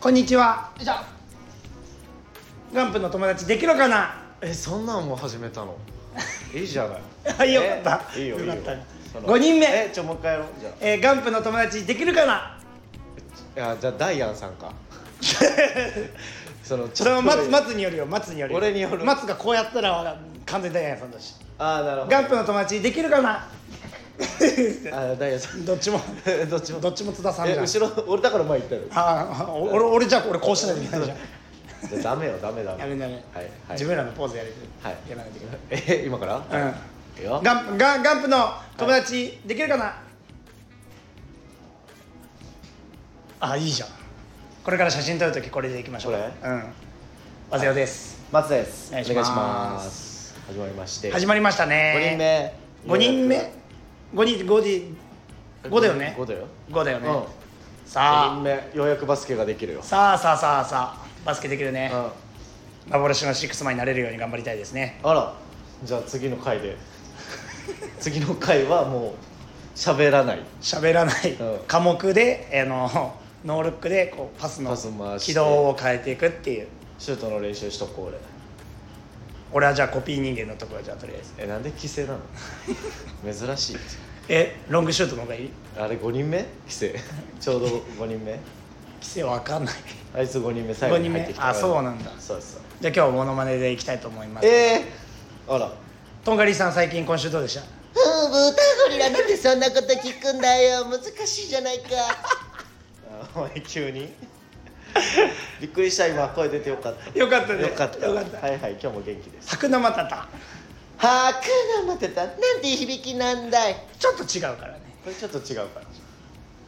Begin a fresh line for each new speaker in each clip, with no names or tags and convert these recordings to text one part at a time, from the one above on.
こんにちは
じゃ
ガンプの友達できるかな
えそんなんも始めたのいいじゃない
あ よかった
えいいよいい
よ
よ
かった
その
5人目
えちょもう一回やろうじゃ
えーガンプの友達できるか な
あいやじゃあダイアンさんかその
それは松
で
松によるよ松によるよ
俺による
松がこうやったら完全ダイヤさんだし
ああなるほど
ガンプの友達できるかな
あダイアンさん
どっちも
どっちも
どっちも津田さんじ
え
ゃん
後ろ俺だから前行ったよ
ああお俺俺じゃあ俺こうしないといけない じゃん
じゃあダメよダメダメ
やめなね、
はいはい
自分らのポーズやれ
はい
やらないといけない
え今から
うん
いいよ
ガンプガンガンプの友達できるかな、あいいじゃんこれから写真撮るときこれでいきましょう
これ
うん和瀬尾です
松です
お願いします
す始まりまして
始まりました
五人
ね
目
5人目5人5人5だよね
5だよ
5だよね、
うん
さ
5人
あ
目ようやくバスケができるよ
さあさあさあさあバスケできるね、
うん
幻のシックスマンになれるように頑張りたいですね
あらじゃあ次の回 で次の回はもう喋らない
喋らない
うん
科目で、あのノールックでこうパスの
パス回して
軌道を変えていくっていう
シュートの練習しとこう俺
俺はじゃあコピー人間のところじゃあとりあえず
えなんで規制なの珍しい
えロングシュートの方がいい
あれ5人目規制ちょうど5人目
規制わかんない
あいつ5人目最後に入ってきた
五人目あそうなんだ
そうそう
じゃあ今日はモノマネでいきたいと思います
えー、あら
とんがりさん最近今週どうでした
うん、ブータゴリラなんでそんなこと聞くんだよ難しいじゃないか
あお前急にびっくりした今声出てよかった
よかったね
よかった
よかった
はいはい今日も元気です
白生たた
はあくな待ってたなんて響きなんだい
ちょっと違うからね
これちょっと違うから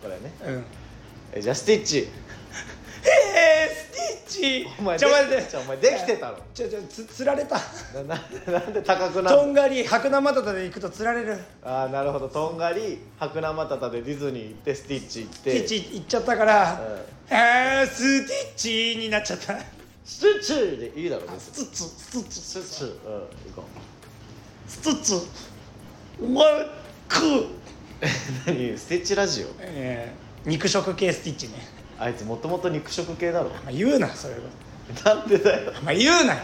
これね
うん
えじゃあスティッチ
えー、スティッチ
お前
ちょ
で
待って
ちょお前できてたろ
ちょちょつつられた
なななんで高くな
と
る
んがり白生たたで行くとつられる
ああなるほどとんがり白生タタでディズニー行ってスティッチ行っ
ステ
て
ィッチ行っちゃったから、あースティッチになっちゃった
スティッチでいいだろ別
ス
に
ツスツ
スティッチうん行こ
スツツお前く
う 何スティッチラジオ
えー、肉食系スティッチね、
あいつもともと肉食系だろ
まあ、言うなそれは
なんでだよ
まあ、言うな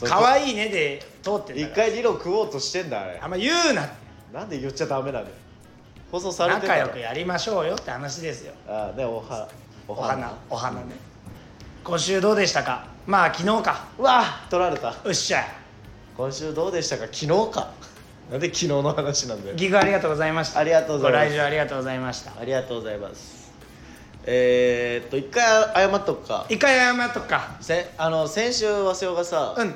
そう
可愛いねで通って
一
るから
回理論食おうとしてんだあれ
あんま言うな
なんで言っちゃダメなのよ放送されて
仲
た
良
ろ
くやりましょうよって話ですよ
ああねおはお
お花お花ね今週どうでしたかまあ昨日か
うわあ取られた
うっしゃ
今週どうでしたか昨日か なんで昨日の話なんだよ
ギグありがとうございました
ありがとうございます
ご来場ありがとうございました
ありがとうございますえー、っと一回謝っとくか
一回謝っとくか
せあの先週和瀬尾がさ、
うん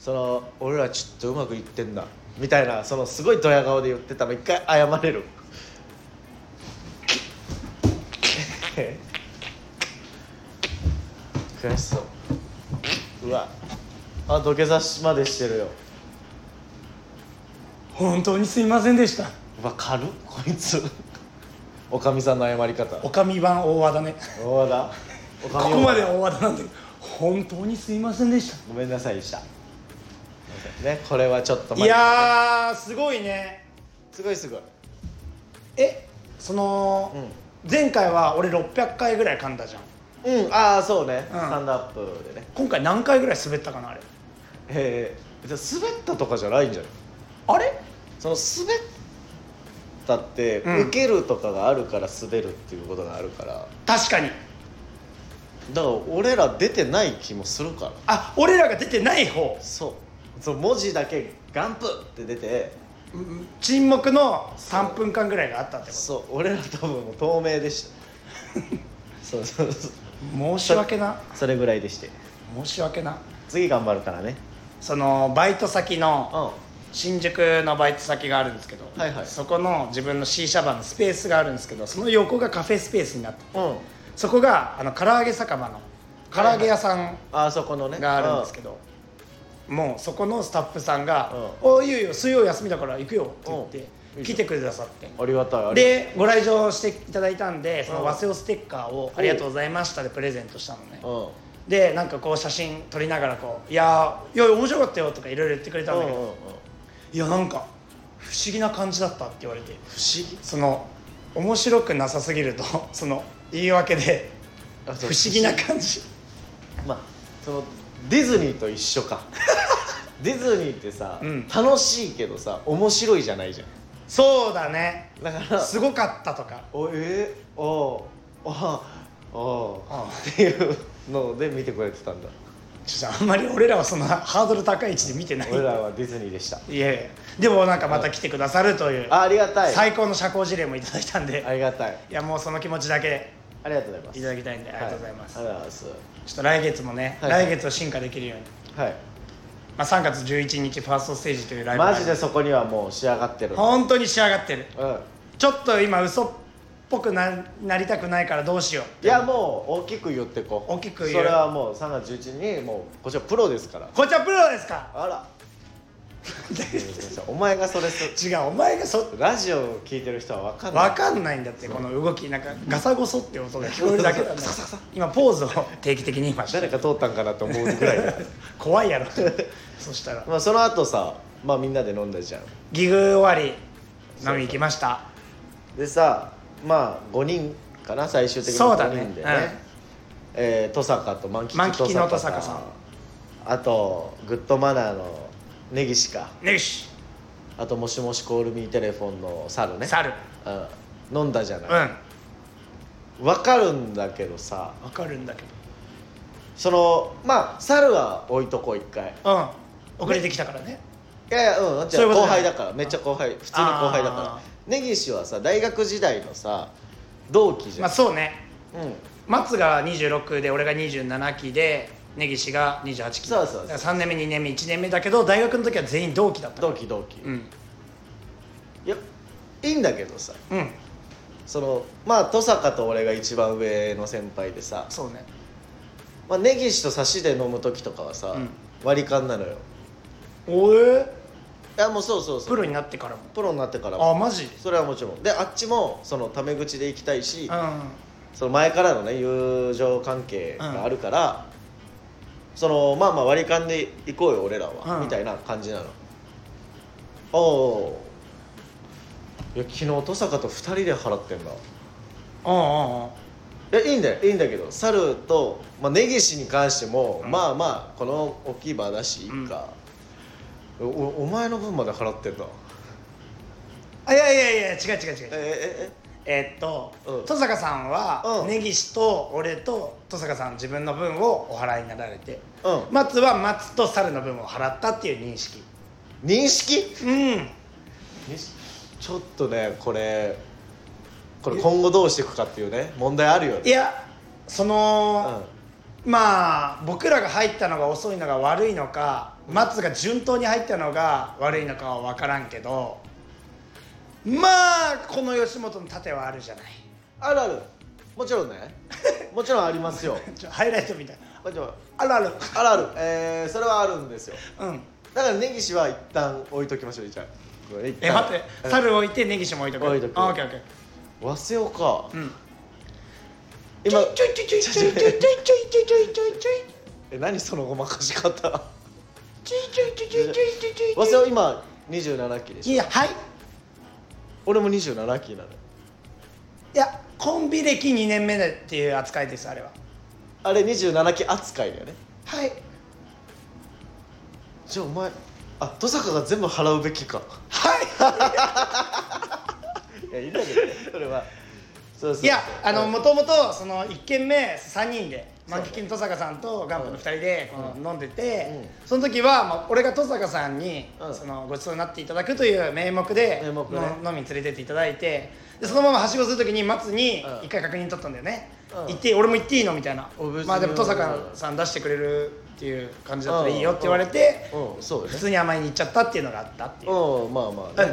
その俺らちょっとうまくいってんだみたいなそのすごいドヤ顔で言ってたの一回謝れる 悔しそううわあ土下座しまでしてるよ
本当にすいませんでした
うわ軽っこいつおかみさんの謝り方
おかみ版大和だね
大和田お
こ
かみ
こまで大和田なんで本当にすいませんでし
ごめんなさいでしたねこれはちょっと
た
ま
いやーすごいね
すごいすごい
えその、前回は俺600回ぐらい噛んだじゃん
うんああそうね、
うん
スタンドアップでね
今回何回ぐらい滑ったかなあれ
ええじゃあ滑ったとかじゃないんじゃない
あれ
その滑ったって、
うん
受けるとかがあるから滑るっていうことがあるからだか
確かに
ら俺ら出てない気もするから
あ俺らが出てない方
そうその文字だけ「ガンプ!」って出て
沈黙の3分間ぐらいがあったってこ
そう俺ら多分もう透明でした そうそうそう
と申し訳な
それぐらいでして
申し訳な
次頑張るからね
そのバイト先の
うん
新宿のバイト先があるんですけど、
はいはい
そこの自分の C 社バのスペースがあるんですけどその横がカフェスペースになってて
うん
そこがあの唐揚げ酒場の唐揚げ屋さん
あそこのね
があるんですけ
ど
ど、もうそこのスタッフさんが「
う
おいいよいいよ水曜休みだから行くよ」って言って、
うん
来てくださって
ありがたいあり
でご来場していただいたんでその
うん
和製ステッカーを「ありがとうございました」でプレゼントしたのね
がたいうん
でなんかこう写真撮りながらこう「いやーいや面白かったよ」とかいろいろ言ってくれたんだけ
うんうん
ど
うん
「いやなんか不思議な感じだった」って言われて
不思議
その面白くなさすぎるとその言い訳で
あ
不
そう
思議な感じ
まあそのディズニーと一緒 かディズニーってさ、
うん
楽しいけどさ面白いじゃないじゃん
そうだね
だか ら
すごかったとか
おえー、あああああ
あ
あっていうので見てくれてたんだ
ちょっとあんまり俺らはそんなハードル高い位置で見てない
俺らはディズニーでした
いやいやでもなんかまた来てくださるという
あありがたい
最高の社交辞令もいただいたんで、
あ
い、
りがたい
やもうその気持ちだけ
ありがとうございます
いただきたいんで、ありがとうございます、
はありがとうござい
ちょっと来月もね、
はい
来月を進化できるように、
ますはい
まあ、3月11日ファーストステージというライブがあ
マ
る
ジでそこにはもう仕上がってるうん
本当に仕上がってる
い
ちょっと今嘘っぽくななりたくないからどうしよう
やもう大きく言ってこう
大きく言う
それはもう3月11日にもうこっちらプロですから
こっちはプロですか
あらお前がそれす
違うお前がそ
ラジオを聞いてる人は分かんない
わかんないんだってこの動きなんかガサゴソって音が聞こえるだけなんだよ今ポーズを定期的に言いました
誰か通ったんかなと思うぐら いだ
怖いやろそしたら
まあその後さまあみんなで飲んだじゃん
ギグ終わり飲み行きました
でさまあ5人かな最終的に
そうだ
5
ね
人でね
うん
えー登坂と満
満
喫
吉の登坂さん
あとグッドマナーの根岸か
よし
あともしもしコールミーテレフォンの猿ね
猿
うん、飲んだじゃ
うん
ない、
わ
分かるんだけどさ
かるんだけ
そのまあ猿は置いとこう一回
どうん遅れてきたからね
いやいやうんじ
そういうこ
ゃあ
と
後
ね
輩だからめっちゃ後輩普通に後輩だ
あ
から根岸はさ大学時代のさ同期じゃ
ま
ん、
あそうね
うん
松が26で俺が27期で根岸が28期
そうそうそう
3年目2年目1年目だけど大学の時は全員同期だったから
同期同期、
う
い
ん
やいいんだけどさ
うん
そのまあ登坂と俺が一番上の先輩でさ、
そうね
まあ、根岸と差しで飲む時とかはさ、
うん
割り勘なのよ
おえ
いやもうそうそうそう
プロになってからも
プロになってから
あ
も
マジ
それはもちろんであっちもそのタメ口で行きたいし、
う
その前からのね友情関係があるから、そのまあまあ割り勘で行こうよ俺らは、
うん
みたいな感じなのおおいや昨日登坂と2人で払ってんだ
んうんうん
いやいいんだよいいんだけど猿と、まあ、根岸に関しても、
うん
まあまあこの大きい場だしいいか、おおお前の分まで払ってんだ
あいやいやいや違う違う違う
え
えーっと、
うん
登坂さんは、
うん
根岸と俺と登坂さん自分の分をお払いになられて
えええうん
松は松と猿の分を払ったっていう認識
認識
うん
ちょっとねこれこれ今後どうしていくかっていうね問題あるよね
いやその、まあ僕らが入ったのが遅いのが悪いのか松が順当に入ったのが悪いのかは分からんけどまあこの吉本の盾はあるじゃない
あるあるもちろんねもちろんありますよ
ちょハイライトみたいな
もちろん
あるある
あるある、えー、それはあるんですよ
うん
だから根岸は一旦置いときましょうじゃあこれ一旦
え待って
うん
猿置いて根岸も置いとく
置いとく
あオッケーオッケー
和製をか
うん
今
ちょいちょいちょいちょいちょいちょいちょいちょいちょいちょいちょい
え何そのごまかし方
ちょいちょいちょいちょいちょいちょいちょい
和製を今27期でしょ
いやはい
俺も27期なの
いやコンビ歴2年目だっていう扱いですあれは
あれ27期扱いだよね
はい
じゃあお前あ登坂が全部払うべきか
はい
やいいんだけどねそれはそうそう
いいやあの
うん
もともとその1軒目3人で
そう
満喫の登坂さんとガンプの2人でこの飲んでて、
うん
その時は、まあ、俺が登坂さんに、
うん
そのごちそうになっていただくという名目で
名目ね
の飲みに連れてっていただいてでそのままはしごする時に松に
うん
1回確認取ったんだよね、
うん
行って俺も行っていいのみたいな
お別に
まあでも登坂さん出してくれるっていう感じだったらいいよって言われて、
うんそうだよ
普
ね
通に甘えに行っちゃったっていうのがあったっていう、
うんまあまあ、ね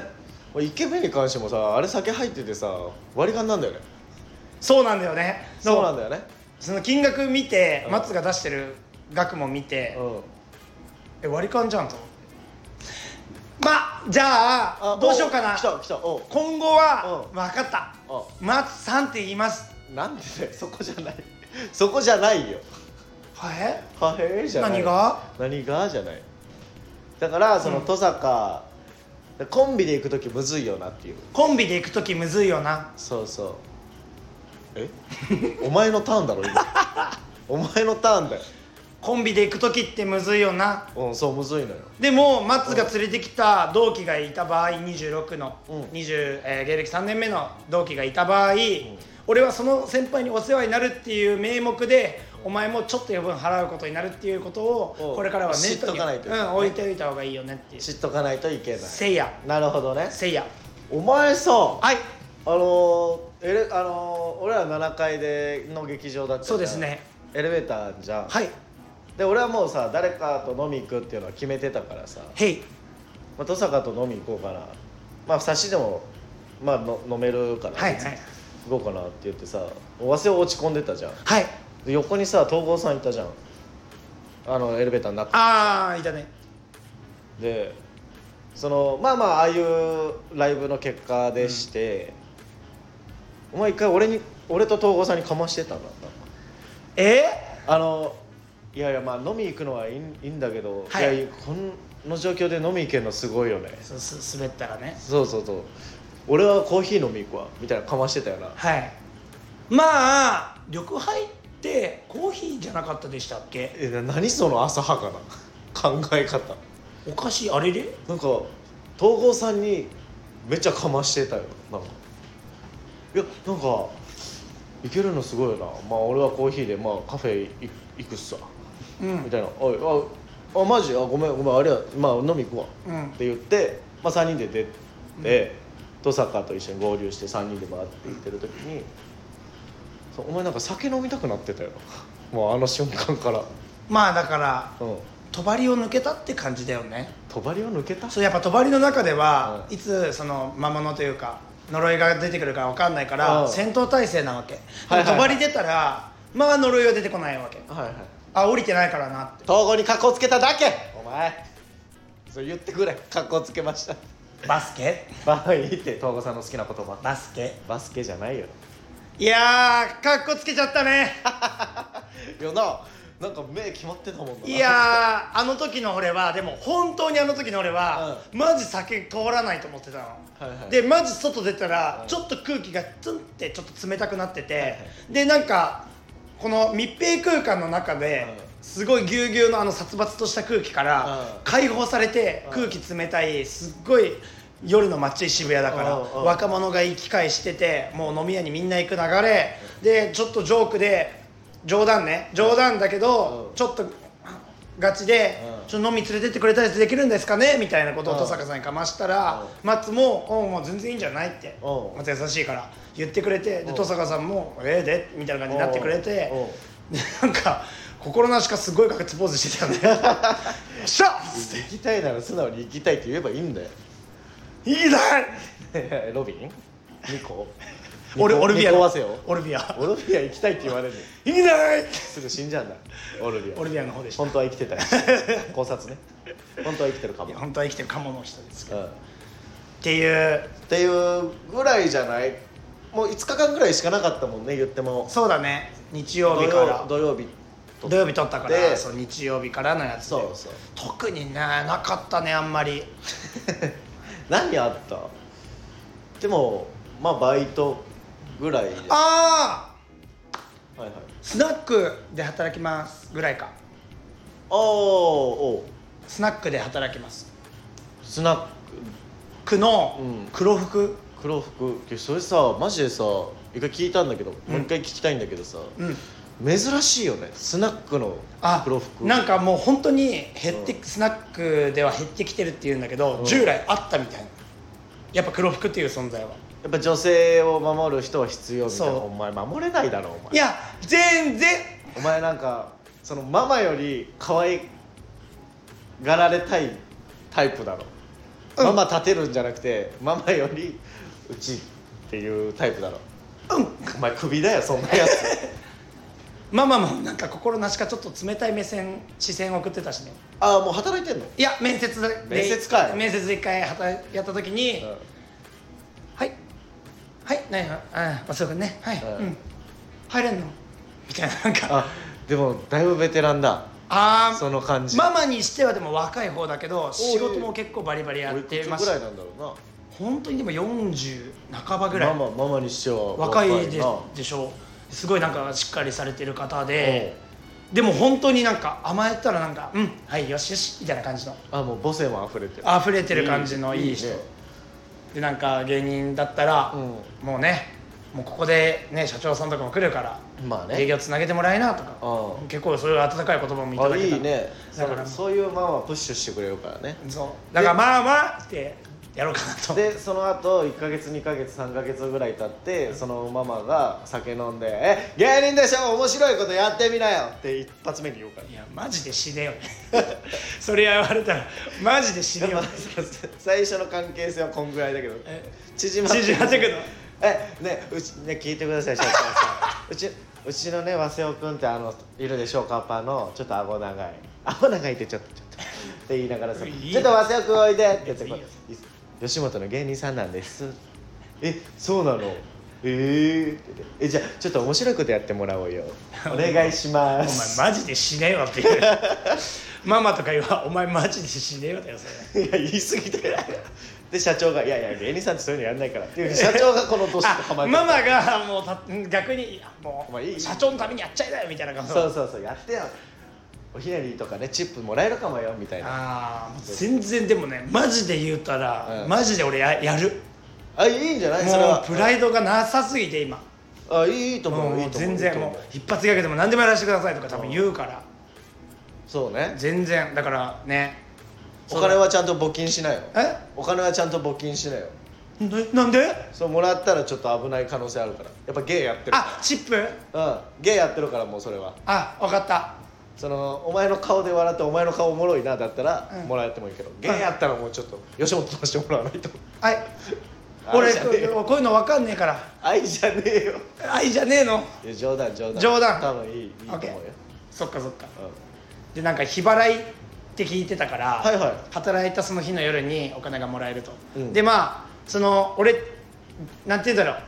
もうイケメンに関してもさあれ酒入っててさ割り勘なんだよね
そうなんだよね
そうなんだよね
その金額見て
うん
松が出してる額も見て、
う
え割り勘じゃんと思ってまあじゃあ
ん
どうしようかな
お来た来たお
今後は
うん
分かった
う
松さんって言います
なんでだよそこじゃないそこじゃないよ
はい
はへーじゃない
何が
何がじゃないだからその登坂、コンビで行く時むずいよなっていう
コンビで行く時むずいよな
そうそうえ お前のターンだろ今 お前のターンだよ
コンビで行く時ってむずいよな
うんそうむずいのよ
でも松が連れてきた同期がいた場合26の、
うん
20えー芸歴3年目の同期がいた場合、俺はその先輩にお世話になるっていう名目でお前もちょっと余分払うことになるっていうことを
お
これからは
知っとかないと
にうん、置いておいた方がいいよねっていう
知っとかないといけない
せいや
なるほどね
せいや
お前さあ
はい
のーエレあのー俺ら7階での劇場だったじ
そ
ゃん
うですね
エレベーターじゃん、
はい
で俺はもうさ誰かと飲み行くっていうのは決めてたからさ、
へい
まあ、登坂と飲み行こうかなまあ差しでもまあの飲めるから、
はいはい
行こうかなって言ってさ早稲落ち込んでたじゃん
はい
で横にさ東郷さんいたじゃんあのエレベーターの中
ああいたね
でそのまあまあああいうライブの結果でして、お前一回俺に俺と東郷さんにかましてたんだ
え
あのいやいやまあ飲み行くのはいいんいいんだけど、
はい
いやこの状況で飲み行けるのすごいよね
ー、そす滑ったらね
そうそうそう俺はコーヒー飲み行くわみたいなかましてたよな
はいまあ緑杯ってコーヒーじゃなかったでしたっけ
えな何その浅はかな考え方
おかしいあれれ
なんか東郷さんにめっちゃかましてたよなんかいやなんかいけるのすごいよなまあ俺はコーヒーでまあカフェい行くっすわ、
う
み
ん
たいな「おいああマジあごめんごめんあれやまあ飲み行くわ」
うん
って言って、まあ、3人で出て、登坂と一緒に合流して3人でバーって行ってる時に「そうお前なんか酒飲みたくなってたよ なもうあの瞬間から
まあだから
うん
帳を抜けたって感じだよね
帳を抜けた
そうやっぱ帳の中では、
うん
いつその魔物というか呪いが出てくるかわかんないから、
うん
戦闘態勢なわけ
はいはいはい
帳出たらまあ呪いは出てこないわけ
はいはい
あ降りてないからなって
東郷に格好つけただけお前そう言ってくれ格好つけました
バスケ
まあいいって東郷さんの好きな言葉
バスケ
バスケじゃないよ
いやーかっこつけちゃったね
いやななんか目決まってたもんない
やーあの時の俺はでも本当にあの時の俺は、マジ酒凍らないと思ってたの、
はいはい
でマジ外出たら、
うん
ちょっと空気がツンってちょっと冷たくなってて、
いはい
でなんかこの密閉空間の中で、
うん
すごいぎゅうぎゅうのあの殺伐とした空気から、
うん
解放されて、
うん
空気冷たいすっごい夜の街渋谷だから、
うんうん
若者が行き交いしててもう飲み屋にみんな行く流れでちょっとジョークで冗談ね冗談だけど、
うん
ちょっとガチで、
うん
ちょっと飲み連れてってくれたりできるんですかねみたいなことを
うん
登坂さんにかましたら、
う
松も「おうもう全然いいんじゃない?」って
うん
松優しいから言ってくれてで
ん
登坂さんも「ええで?」みたいな感じになってくれて
うんうん
でなんか心なしかすごいガッツポーズしてたよねよ っしゃっつっ
行きたいなら素直に行きたいって言えばいいんだよ
て「いいな
ロビンニ コ
オルオルビアの
ニコワセオ
オルビア
オルビア行きたいって言われるの
いいな
すぐ死んじゃうんだオルビア
オルビアの方でした
本当は生きて たよ考察ね本当は生きてるかも
いや本当は生きてるカモの人ですけど
うん
っていう
っていうぐらいじゃないもう5日間ぐらいしかなかったもんね言っても
そうだね日
土
曜日から
曜土曜日と
土曜日撮ったから
で
そう日曜日からのやつで
そうそう
特にねなかったねあんまり
何あったでもまあバイトぐらいでは
ああ
いはい
スナックで働きますぐらいか
おーお
スナックで働きます
ースナック
区の
うん
黒服
黒服いやそれさマジでさ一回聞いたんだけど、もう一回聞きたいんだけどさ、
うん、
珍しいよねスナックの
あ
黒服
なんかもう本当に減って、
うん
スナックでは減ってきてるっていうんだけど、
うん
従来あったみたいなやっぱ黒服っていう存在は
やっぱ女性を守る人は必要みたいな
そう
お前守れないだろお前
いや全然
お前なんかそのママより可愛がられたいタイプだろ、
うん
ママ立てるんじゃなくてママよりうちっていうタイプだろ
うん
お前クビだよそんなや つ
ママもなんか心なしかちょっと冷たい目線視線を送ってたしね
ああもう働いてんの、
いや面接で
面接かい
面接で一回働いやった時に、はいはい何があ松尾君ねはい、
う
う
ん
ん入れんのみたいななんか
あでもだいぶベテランだ
あー
その感じ
ママにしてはでも若い方だけど仕事も結構バリバリや
お
っ
いく
て
つ
ま
ぐ
し
らい
た
なんだろうな
本当にでも40半ばぐらい
ママママにしては
若いで
な
でしょすごいなんかしっかりされてる方ででも本当になんか甘えたらなんか「うんはいよしよし」みたいな感じの
あもう母性も溢れてる
溢れてる感じのいい人
ね
でなんか芸人だったら、
う
もうねもうここで、ね、社長さんとかも来るから、
まあ
営
ね
業つなげてもらえなとか
うん
結構そういう温かい言葉もいた
あ
だけた
いいね
だから
そういうママはプッシュしてくれるからね
そうだからまあまあってやろうかなと
でその後1か月2か月3か月ぐらい経ってそのママが酒飲んで「え芸人でしょ面白いことやってみなよ」って一発目に言うから
いやマジで死ねよね それ言われたらマジで死ね
で
よ
も
ね
最初の関係性はこんぐらいだけど
え
縮まって
縮まってくの
えねうちね聞いてください社長さん うちうちのね和瀬尾君ってあのいるでしょうかパーのちょっと顎長い顎長いってちょっとちょっとって言いながらさ「
いいよ
ちょっと和瀬尾君おいで」って言って
いいよいいよ
吉本の芸人さんなんです」えそうなのえー、って言ってえじゃあちょっと面白いことやってもらおうよお願いしま
お
す
前マジで死ねよって いうママとか言うわお前マジで死ねよだよそれ
いや言い過ぎだよで社長が「いやいや芸人さんってそういうのやんないから」っていう社長がこの年 と
あ
ハマ
マ
って
マがもうた逆にいやも
お前いいう
社長のためにやっちゃいなよみたいな感じ
そうそうそうやってよおひねりとかねチップもらえるかもよみたいなあ
ああ全然でもねマジで言うたら、
うん
マジで俺ややる
いいんじゃないそれ
も
は
うプライドがなさすぎて今
あいいいいと思うい
もう
いと思う
全
い
然
いと
も
思
う一発ギャグでも何でもやらせてくださいとか多分言うから
そうね
全然だからね
お金はちゃんと募金しなよ
え
お金はちゃんと募金しなよ
ななんで
そうもらったらちょっと危ない可能性あるからやっぱゲイやってる
あチップ
うんゲイやってるからもうそれは
あ分かった
そのお前の顔で笑ってお前の顔おもろいなだったら、
うん
もらえてもいいけどゲイやったらもうちょっと吉本としてもらわない と
はい
あ
俺
じゃねえよ
こういうの分かんねえから
愛じゃねえよ
愛じゃねえの
いや冗談冗談
冗談
多分いいいいと思うよ、
そっかそっか
うん
でなんか日払いって聞いてたから、
はいはい
働いたその日の夜にお金がもらえると、
うん
でまあその俺なんて言うんだろう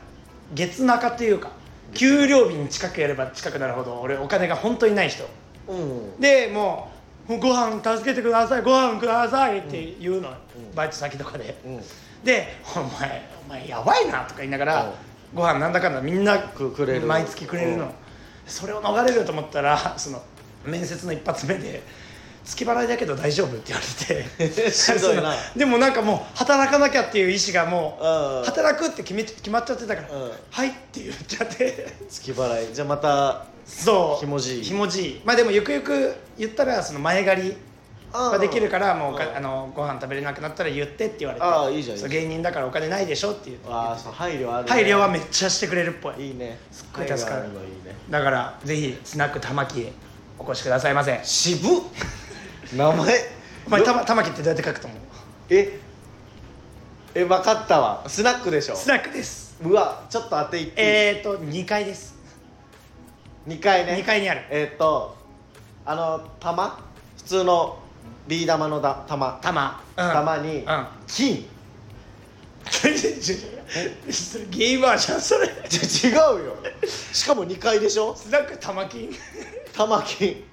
月中っていうか給料日に近くやれば近くなるほど俺お金が本当にない人
うん
でもうもうご飯助けてくださいご飯くださいって言うの、バイト先とかで、
うん
で「お前お前やばいな」とか言いながら、
うん
ご飯なんだかんだみんな
くくれる
毎月くれるの、
うん
それを逃れると思ったらその面接の一発目で「月払いだけど大丈夫?」って言わ れて
しんどいな
そのでもなんかもう働かなきゃっていう意思がも
うん
う、働くって決め決まっちゃってたから「
うん
はい」って言っちゃって
月払いじゃあまた
そう
ひもじい
ひもじいまあでもゆくゆく言ったらその前借りができるからもうおか
うん
あのご飯食べれなくなったら言ってって言われて
ああいいじゃんいいじ
そ
ゃん
う芸人だからお金ないでしょっていう
ああそう配慮ある、ね、
配慮はめっちゃしてくれるっぽい
いいね
すっごい助かる
配慮あのいいね
だからぜひスナック玉木へお越しくださいませ
渋っ名前
お前
ど
玉玉木ってどうやって書くと思う
ええ分かったわスナックでしょ
スナックです
うわちょっと当ていっていい、
えーと2階です
2階ね
2階にある
えーっとあの玉普通のビー玉のだ玉
玉うん
玉に、
うん
金
ちょちょちょそれゲイバーじゃんそれ
違うよしかも2階でしょ
スナック玉木
玉木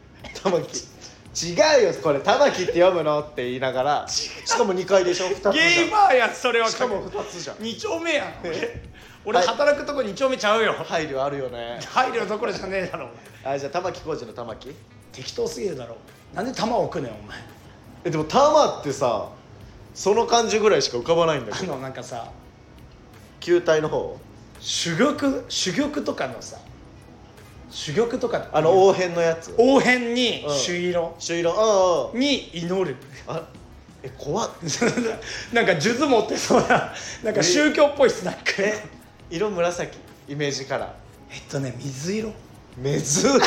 玉木違うよこれ玉木って読むのって言いながらしかも2階でしょ2つじゃん
ゲイバーやんそれは
しかも2つじゃん
2丁目やん俺俺
はい
働くとこ2丁目ちゃうよ
配慮あるよね
配慮どころじゃねえだろ
あじゃあ玉置浩二の玉木
適当すぎるだろなんで玉置くねんお前
えでも玉ってさその感じぐらいしか浮かばないんだ
あ
けど
のなんかさ
球体の方
珠玉珠玉とかのさ珠玉とか
あの
王
黄変のやつ
王変に
うん
朱色
朱色うんうん
に祈る
あえ怖っ
なんか数珠持ってそうななんか宗教っぽいスナック
え色紫イメージカラー
えっとね水色
めず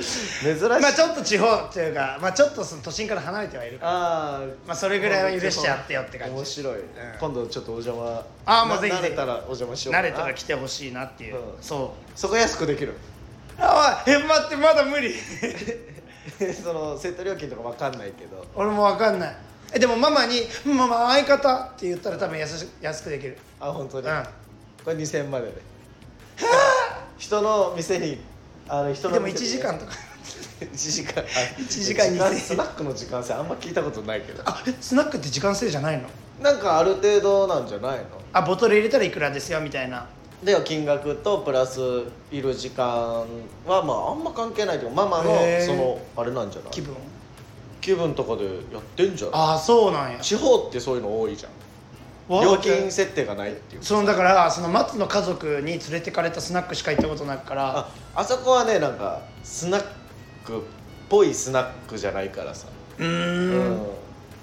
珍しい、
まあちょっと地方っていうかまあちょっとその都心から離れてはいるから
あー
まあそれぐらいは許してやってよって感じ
面白い、今度ちょっとお邪魔
あーもう
な
ぜひぜひ
慣れたらお邪魔しよう
慣れたら
あ
来てほしいなっていう、
うん
そう
そこ安くできる
あえ待ってまだ無理
そのセット料金とかわかんないけど
俺もわかんないえでもママに「ママ相方」って言ったら多分安し安くできる
あ本当に、
うん
これ2000まで で人の店にあの人の
でも1
店に
時間とか
1時間
一時間2000
スナックの時間制あんま聞いたことないけど
あえスナックって時間制じゃないの
なんかある程度なんじゃないの
あボトル入れたらいくらですよみたいな
では金額とプラスいる時間はまああんま関係ないけどママの
へー
そのあれなんじゃない
気分
気分とかでやってんじゃない
ああそうなんや
地方ってそういうの多いじゃん
わ
料金設定がないっていう
そのだからその松の家族に連れてかれたスナックしか行ったことなくから
ああそこはねなんかスナックっぽいスナックじゃないからさ、
うー
う
ん
ん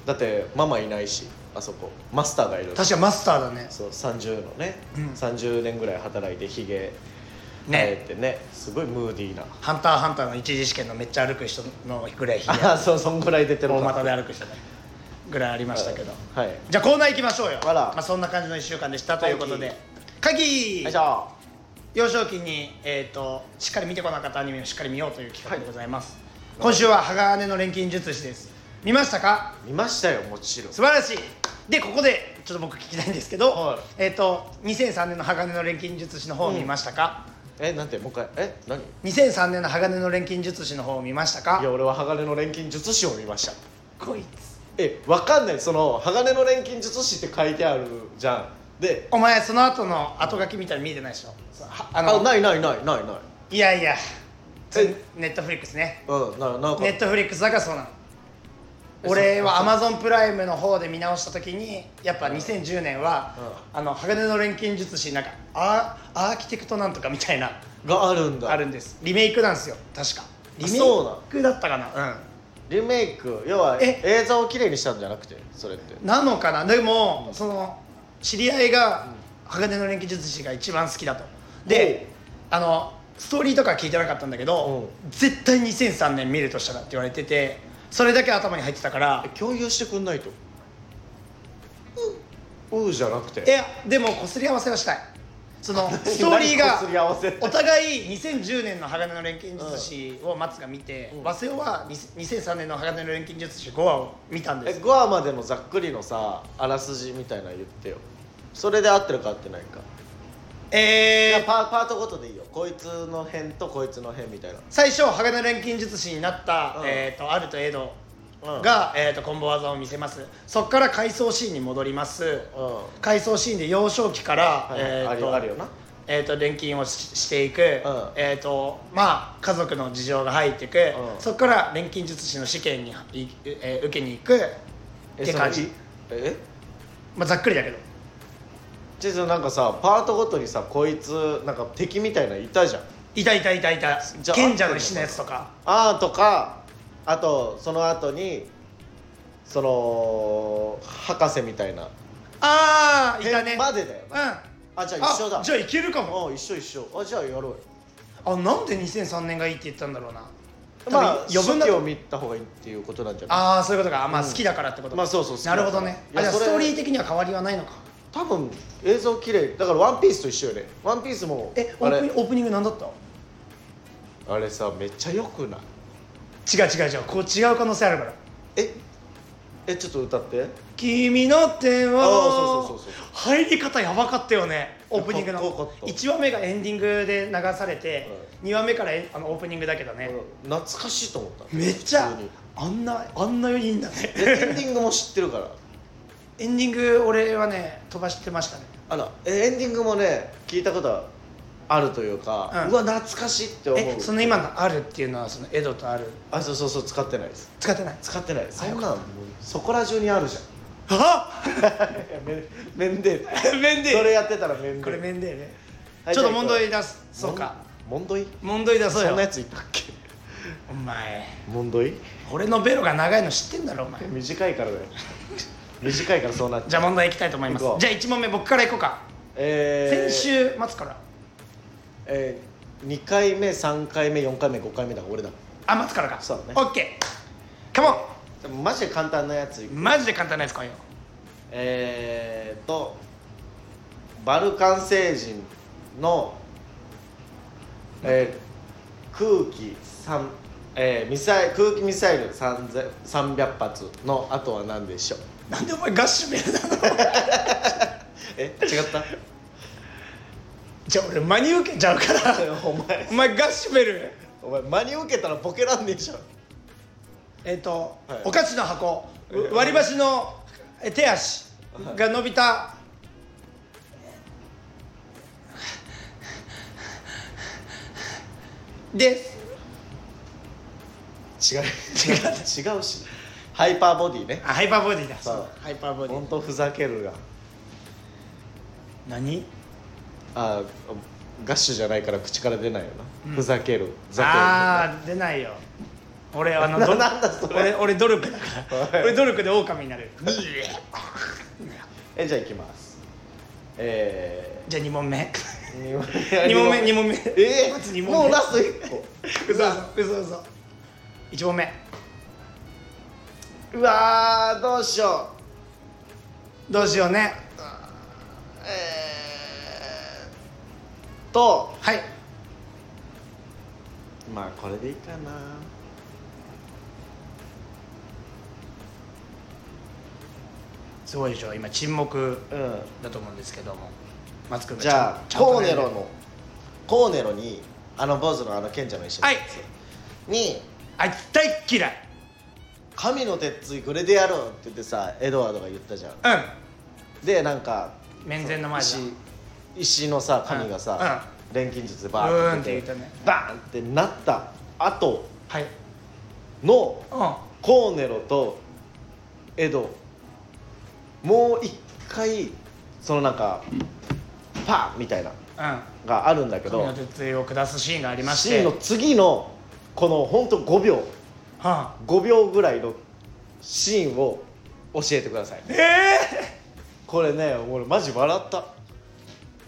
だってママいないしあそこマスターがいる
確かマスターだね
そう30のね、
うん
30年ぐらい働いてひげ生
ね
えてねすごいムーディーな
ハンターハンターの一次試験のめっちゃ歩く人のぐらいひげ
ああそうそんぐらい出てる
大股で歩く人ねぐらいありましたけど
はいよ
じゃあコーナー行きましょうよ
あら
まあ、そんな感じの1週間でしたということで鍵
いしょ
幼少期に、えー、としっかり見てこなかったアニメをしっかり見ようという企画でございます、今週は鋼の錬金術師です見ましたか
見ましたよもちろん
素晴らしいでここでちょっと僕聞きたいんですけど、
はい
えっ、と2003年の鋼の錬金術師の方を見ましたか、
えなんてもう一回え何い
2003年の鋼の錬金術師の方を見ましたか
や俺は鋼の錬金術師を見ました
こいつ
えわかんないその鋼の錬金術師って書いてあるじゃんで
お前その後の後書きみたいに見えてないでしょそうはあ
あ
の
ないないないないない
いやいや
え
ネットフリックスね
うんななんか
ネットフリックスだからそうなの俺はアマゾンプライムの方で見直した時にやっぱ2010年は、あの鋼の錬金術師なんかアーアーキテクトなんとかみたいな
があるんだ
あるんですリメイクなんですよ確かリメイ
そうなん
クだったかなうん
リメイク要は
え
映像をきれいにしたんじゃなくてそれって
なのかなでも、その知り合いが鋼の錬金術師が一番好きだとであのストーリーとか聞いてなかったんだけど絶対2003年見るとしたらって言われててそれだけ頭に入ってたから
え共有してくんないとううじゃなく
い
て
やでもこすり合わせはしたいそのストーリー
何擦り合
が
わせ
お互い2010年の鋼の錬金術師を松が見て
うん
和瀬尾は2003年の鋼の錬金術師5話を見たんで
え
す
5話までのざっくりのさあらすじみたいなの言ってよそれで合ってるか合ってないかい
え
や
ー
パパートごとでいいよこいつの辺とこいつの辺みたいな
最初鋼の錬金術師になった、
うん
えー、とアルとエド
うん
が、えー、とコンボ技を見せますそこから回想シーンに戻ります
うん
回想シーンで幼少期から、
はい
え
あ
ー
る
と
よあるよな
えー、と錬金をししていく、えーとまあ、家族の事情が入っていく、
うん
そこから錬金術師の試験にい、えー受けに行くって感
その
じ
い、え
まあ、ざっくりだけど
じゃあなんかさパートごとにさこいつなんか敵みたいなのいたじゃん
いたいたいたいた
じゃあ
賢者の石のやつとか
あーとかあとその後にその博士みたいな
ああーいたね
までだよ
うん
なあじゃあ一緒だ
あじゃあいけるかも
あ一緒一緒あじゃあやろうよ
あなんで2003年がいいって言ったんだろうな
ま
多
あ
分
余
余分
分
だ
期を見た方がいいっていうことなんじゃない
ああそういうことかあまあ好きだからってことか
まあそうそう好きだ
な
から
るほどね
い
あ
や
じゃあ
それ
ストーリー的には変わりはないのか
多分映像綺麗だからワンピースと一緒よねワンピースも
えオ
あ
ープニ
れ
オープニング何だった
あれさめっちゃ良くない
違う違う違うこう違う可能性あるから
ええちょっと歌って
君の手は
あーそうそうそうそう
入り方やばかったよねオープニングの
かっこよかった
1話目がエンディングで流されて、二2話目からエンあのオープニングだけどね、
懐かしいと思った
めっちゃ
普通に
あんなあんなよりいいんだね
でエンディングも知ってるから
エンディング俺はね飛ばしてましたね
あらえエンディングもね聞いたことあるというか、
う
うんわ懐かしいって思う
えその今の「ある」っていうのはそのエドと「ある
あそうそうそう使ってないです」
使ってない
使ってないそんなんもうそこら中にあるじゃん
あ
めんで
っ面
そ
で
れやってたらめんで
これ面でね
はい
ちょっと
じゃあ
問題出すそうか
もんもんどい
問題出そ
そ
うん
なや
よ
ついたっけ
お前
もんどい
俺のベロが長いの知ってんだろお前
短いからだよ短いからそうなっち
じ
ゃ
ゃあ
う
問題いきたいと思います
行こう
じゃあ1問目僕からいこうか
えー
先週末から
えー、2回目3回目4回目5回目だから俺だ
あ松からか
そうだね
オッケーカモ
でもマジで簡単なやついく
ンマジで簡単なやつ来いよ
えー、っとバルカン星人の、えー空気三えーミサイ空気ミサイル3000 300発のあとは何でしょう
なんでお前ガッシュベルなの
え違った
じゃあ俺真に受けちゃうから
お前
お前ガッシュベル
お前真に受けたらボケらんねえじゃん
えっと
はい
お菓子の箱
うん
割り箸のえ手足が伸びたです
違う 違う違うしハイパーボディね
あハイパーボディだ
そ
そううハイパーボデ
本
ィ
当ふざけるが
何
あガッシュじゃないから口から出ないよな、ふざけるざ
ああー出ないよ俺あの
な
ど
なんだそれ
俺俺努力だから俺努力で狼になる
けるえじゃあいきますえ
じゃあ2問目
ー、2 問
2問目2問目
え
まず
ー、
二問目
もうラスト1個
嘘嘘嘘嘘1問目
うわーどうしよう
どうしようね
えー、と
はい
まあこれでいいかな
すごいでしょ今沈黙
うん
だと思うんですけどもマツくんが
じゃ
ち
あ
んと
コーネ
ね
ロのコーネロにあの坊主のあの賢者の石の
はい
に
あいつ大っ嫌い
「神の鉄槌くれてやろう」って言ってさエドワードが言ったじゃん
う
でなんか
面前の前だ
石石のさ神がさ、錬金術でバ
う
ー
ーん
ンっ
ってて
出
言
て
ったね
バーンってなった後
はい
の
う
コーネロとエドもう一回そのなんかパーンみたいなん
うん
があるんだけ
神
ど
の鉄槌を下すシーンがありまし
シ
て
ーンの次のこのほんと5秒
は
5秒ぐらいのシーンを教えてください
あ、え
これね俺マジ笑った
ー、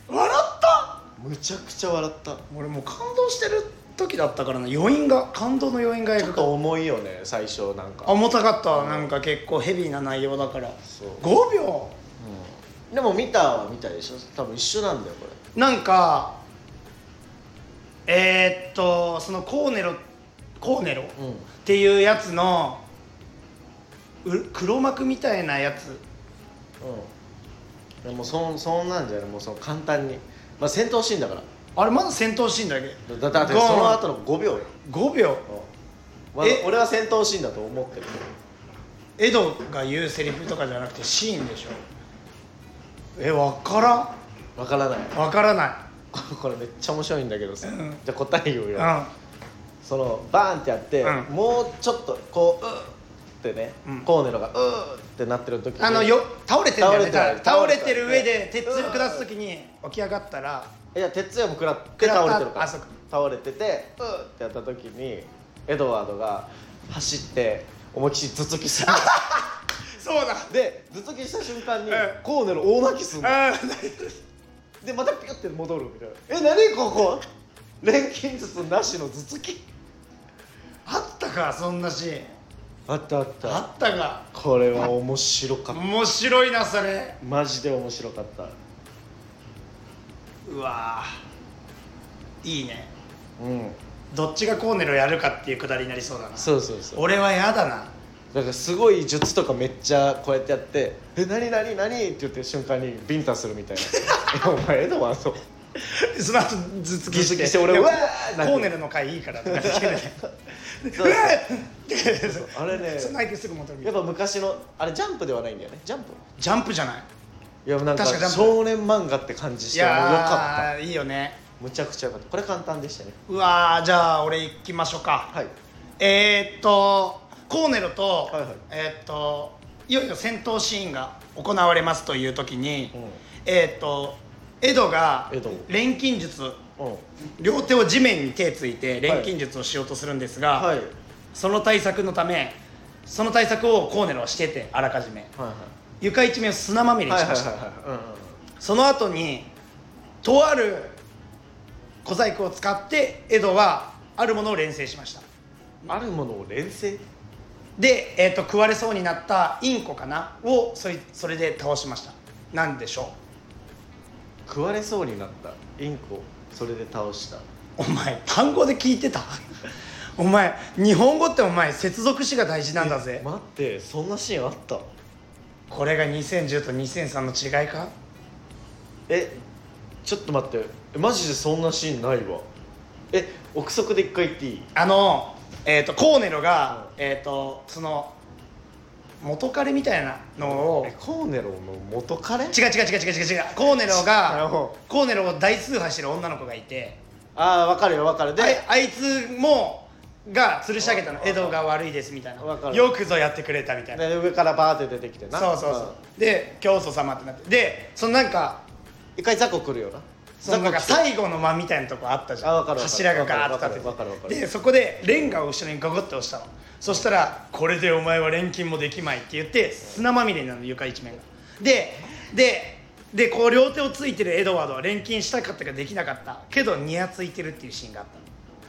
笑った
むちゃくちゃ笑った
俺もう感動してる時だったからな余韻が感動の余韻が
ちょ
描
っ
か
と重いよね最初なんか、
重たかったなんか結構ヘビーな内容だから
そう
5秒
うんでも見たは見たでしょ多分一緒なんだよこれ
なんかえー、っとそのコーネロコーネロ、
うん
っていうやつのう黒幕みたいなやつ
うんでもそんそんなんじゃないもうその簡単にまあ戦闘シーンだから
あれまだ戦闘シーンだけ
だだって
ゴーン
その後の5秒よ、
5秒
うんまあ
え
俺は戦闘シーンだと思ってる
エドが言うセリフとかじゃなくてシーンでしょえわか
わからない
らんわからない
ここれめっちゃ面白いんだけどさ、
うん
じゃあ答え言う
う
よ、
んは
そのバーンってやって、
うん
もうちょっとこううーってね、
うん
コーネロがうーってなってる時に
あのよ倒れてるんだよね
倒れ
倒
てる
れてる上で
倒れて
鉄
る
を下す時に起き上がったら
いや鉄也も食らって倒れてる
食らっ
から
たあそうか
倒れててうーってやった時にエドワードが走って思いっきり頭突きする
そうだ
で頭突きした瞬間に、
うん
コーネロ大泣きするの
あ
でまたピュって戻るみたいな「え何ここ錬金術なしの頭突き?
あったかそんなシーン」
あったあった
あったか
これは面白かった
面白いなそれ
マジで面白かった
うわーいいね
うん
どっちがコーネルをやるかっていうくだりになりそうだな
そうそうそう
俺は嫌 だな
だからすごい術とかめっちゃこうやってやって「え何何何?」って言ってる瞬間にビンタするみたい な「いやお前エドワード
その後頭突き
頭突
して
きして俺
でも
うわーなんて
コーネルの回いい からとか言ってね
そう
うわーって
あれね
その相手すぐ戻るみたい
や
な
っぱ昔のあれジャンプではないんだよねジャンプ
ジャンプじゃない
いやなんか
確かジャンプ
少年漫画って感じし
い
てもうよ
や
かっ
ーいいよね
たむちゃくちゃよかったこれ簡単でしたね
うわーじゃあ俺行きましょうか、
はい
えー、っとコーネルと、
はいはい
えー、っといよいよ戦闘シーンが行われますという時に、
うん
えー、っとエドが
エド
錬金術
う
両手を地面に手ついて錬金術をしようとするんですが、
んはいはい
その対策のためその対策をコーネルはしててあらかじめ
は
床一面を砂まみ
い
れに
はいはい
し
はい
ました、
はいうんうん
その後にとある小細工を使ってエドはあるものを錬成しました
あるものを連成
で、えー、と食われそうになったインコかなをそいそれで倒しましたなんでしょ
食われそうになったインコそれで倒した
うお前単語で聞いてた お前日本語ってお前接続詞が大事なんだぜ
え待ってそんなシーンあった
これが2010と2003の違いか
えちょっと待ってえマジでそんなシーンないわえ憶測で一回言っていい
あの、えー、とコーネロが、えー、とその元彼みたいなのを
えコーネロの元彼
違う違う違う違う違う違うコーネロが
うん
コーネロを大崇拝してる女の子がいて
ああ分かるよ分かるで、
であいつもが吊るし上げたの江戸が悪いですみたいな
わかる
よくぞやってくれたみたいな
で上からバーって出てきてな
そうそうそうで教祖様ってなってでそのなんか
うん一回雑魚来るよな
そのなんか
来て
最後の間みたいなとこあったじ
あ
ゃ
わ
ん
かるわかる
柱がガーッと立
わかるわかるわ
っ
か
て
る
てでそこでレンガを後ろにゴゴって押したのそしたら「これでお前は錬金もできまい」って言って砂まみれになるの床一面がでででこう両手をついてるエドワードは錬金したかったけどできなかったけどニヤついてるっていうシーンがあった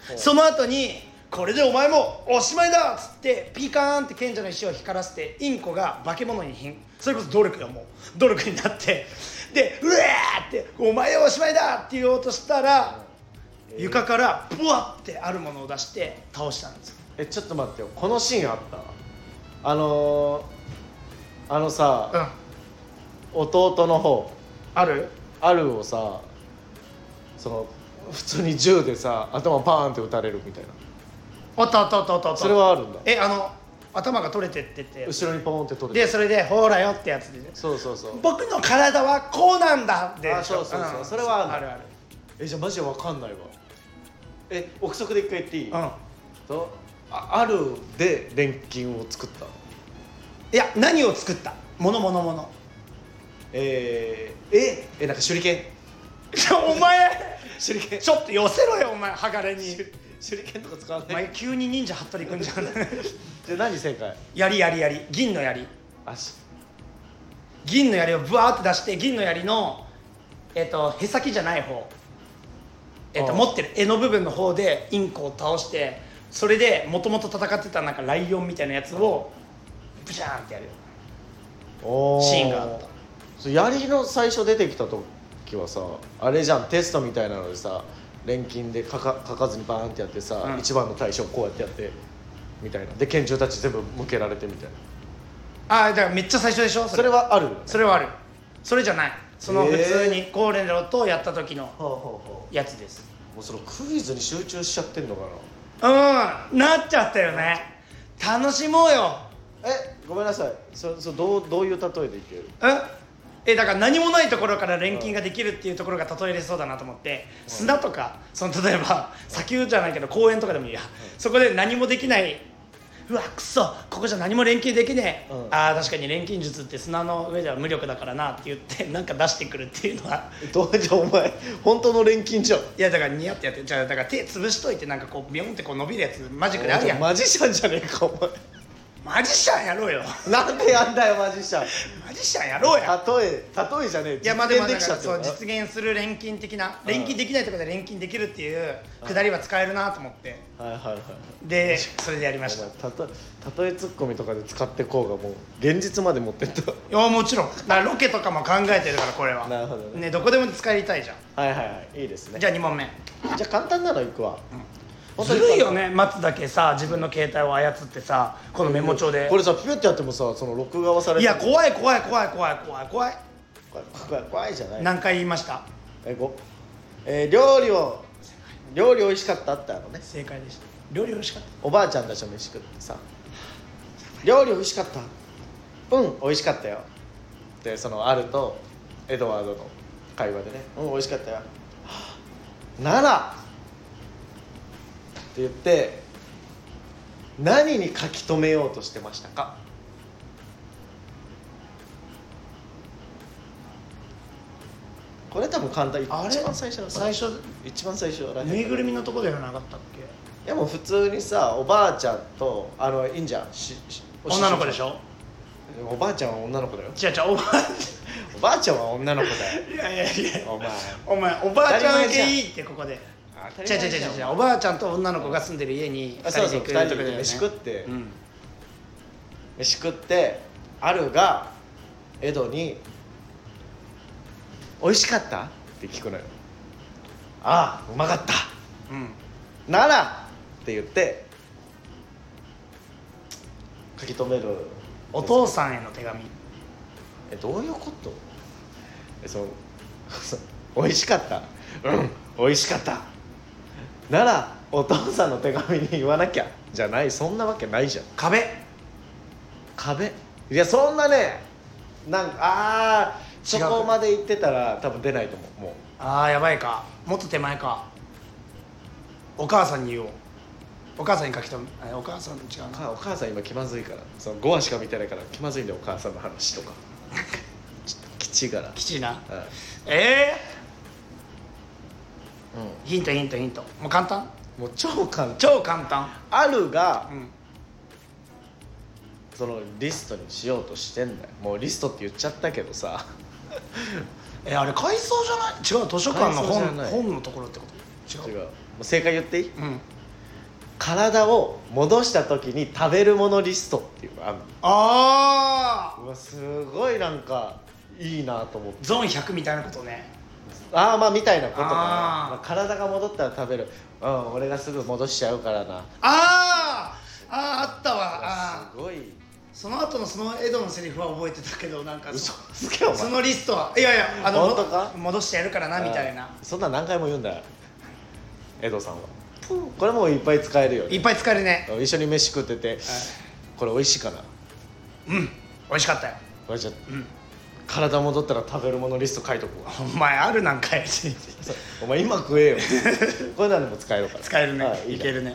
ほ
の
う
その後に「これでお前もおしまいだ!」っつってピカーンって賢者の石を光らせてインコが化け物に変それこそ努力よもう努力になってで「うわ!」って「お前はおしまいだ!」って言おうとしたら、
えー
床からブワッてあるものを出して倒したんですよ
えちょっと待ってよこのシーンあったあのー、あのさ、
うん
弟の方
ある
あるをさその普通に銃でさ頭パーンって撃たれるみたいな
あったあったあったあったあった
それはあるんだ
えあの頭が取れてってってやつ
後ろにポーンって取れ
で
て
それで「ほらよ」ってやつで
そうそうそう
僕の体はこうなんだで
あそうそうそうんそれはある
あるある
えじゃあマジで分かんないわえ憶測で一回言っていい、
うん
とああるで錬金を作ったの
いや何を作ったものものも の
えー、ええなんか手裏剣
お前
手裏剣
ちょっと寄せろよお前鋼 に
手裏剣とか使わ
お
ない
前急に忍者服部君じ ゃん
で何正解
槍槍槍銀の槍
あし
銀の槍をブワーって出して銀の槍の、えっとへさきじゃない方、えっと
ああ
持ってる柄の部分の方でインコを倒してそれでもともと戦ってたなんかライオンみたいなやつをブシャーンってやる
お
シーンがあった
そう槍の最初出てきた時はさあれじゃんテストみたいなのでさ錬金でかか書かずにバーンってやってさ、
うん
一番の対象こうやってやってみたいなで拳銃たち全部向けられてみたいな
ああだからめっちゃ最初でしょそ
そ
れ
れはあるよね
それはあるそれじゃないその
へ
普
え
通にコーレンロとやった時の
はあはあはあ
やつです
もうそのクイズに集中しちゃってんのかな
うんなっちゃったよね楽しもうよ
えごめんなさいそそどうどういう例えでいける
ええだから何もないところから錬金ができるっていうところが例えれそうだなと思って砂とかその例えば砂丘じゃないけど公園とかでもいいやそこで何もできないうわくそここじゃ何も錬金できねえ、
うん
あー確かに錬金術って砂の上では無力だからなって言って なんか出してくるっていうのは
どうじゃあお前本当の錬金じゃん
いやだからニヤってやってじゃあだから手潰しといてなんかこうビヨンってこう伸びるやつマジックであるやん
マジシャンじゃねえかお前
マジシャンやろうよ
なんでやんだよマジシャン
マジシャンやろうや
例え例えじゃねえ
いやまあでもだ
実
か
現できちゃ
ら
って
そ
る
う
な
実現する錬金的な
うん
錬金できないところで錬金できるっていうくだりは使えるなと思って
はいはいはい
でそれでやりま したい
たと例えツッコミとかで使ってこうがもう現実まで持ってった
やもちろんだからロケとかも考えてるからこれは
なるほどね
どこでも使いたいじゃん
はいはいはいいいですね
じゃあ2問目
じゃあ簡単なのいくわ、本当
ず
に
るいよね松だけさ自分の携帯を操ってさこのメモ帳で
これさピュってやってもさその録画はされ
い
てる
や怖い怖い怖い怖い怖い怖い
怖い怖い怖いじゃない
何回言いました
えごえー料理を料理美味しかったってあのね
正解でした料理美味しかっ
おばあちゃんたちと飯食ってさ料理美味しかったうん美味しかったよでそのあるとエドワードの会話でねうん美味しかったよはあならって言って何に書き留めようとしてましたかこれ多分簡単一
あれ
番最初の
最初
一番最初らへ
た
ん
ぬいぐるみのとこではなかったっけ
でも普通にさおばあちゃんとあのいいんじゃんしし
女の子でしょ
おばあちゃんは女の子だよ
違う違うおばあち
おばあちゃんは女の子だよ
ゃんいやいやいや
お前
お前おばあちゃん受
当たり前じ
け
ゃん
いいってここで
当
違う
たり
違う
前じ
違
ゃん
う違うおばあちゃんと女の子が住んでる家に
あそうそう
二人で行く
二人で
ね
飯食って
うん
飯食ってあるがエドに「美味しかった?」って聞くのよ「ああうまかった
うん
なら!」って言って書き留める
お父さんへの手紙
えどういうことえその 美味しかったうん美味しかったならお父さんの手紙に言わなきゃじゃないそんなわけないじゃん
壁
壁いやそんなねなんかああそ
違うか
こまで行ってたら多分出ないと思うも
ああやばいかもっと手前かお母さんに言おうお母さんに書き留めえお母さん違う
うお
な
母お母さん今気まずいからその5話しか見てないから気まずいんだよお母さんの話とかちょっときちいから
きちいな
うん
え
うん
ー、ヒントヒントヒントもう簡単
もう超簡単
超簡単
あるが
うん
そのリストにしようとしてんだよもうリストって言っちゃったけどさ
えあれ改装じゃない違う図書館の
改装じゃ
本
ない
本のところってこと
違
違う
うもう正解言っていい
うん
体を戻した時に食べるものリストっていうのがある
ああ
うわすごいなんかいいなと思って
ゾーン100みたいなことね
ああまあみたいなことかな
あー
まあ体が戻ったら食べるうん俺がすぐ戻しちゃうからな
あーあーあったわあ
す
ー
ごい
その後のそのエドのセリフは覚えてたけどなんか
嘘つけお前
そのリストはいやいやあの
本当か
戻してやるからなみたいな
あーそんなん何回も言うんだよ江藤さんはこれもういっぱい使えるよね
いっぱい使えるね
一緒に飯食ってて、これ美味しいかな
うん美味しかったよ
これじゃあ
うん
体戻ったら食べるものリスト書いとこう
お前あるなんかい 使
そう お前今 食えよこれなんでも使えるから
えるね、
はい
い、けるね、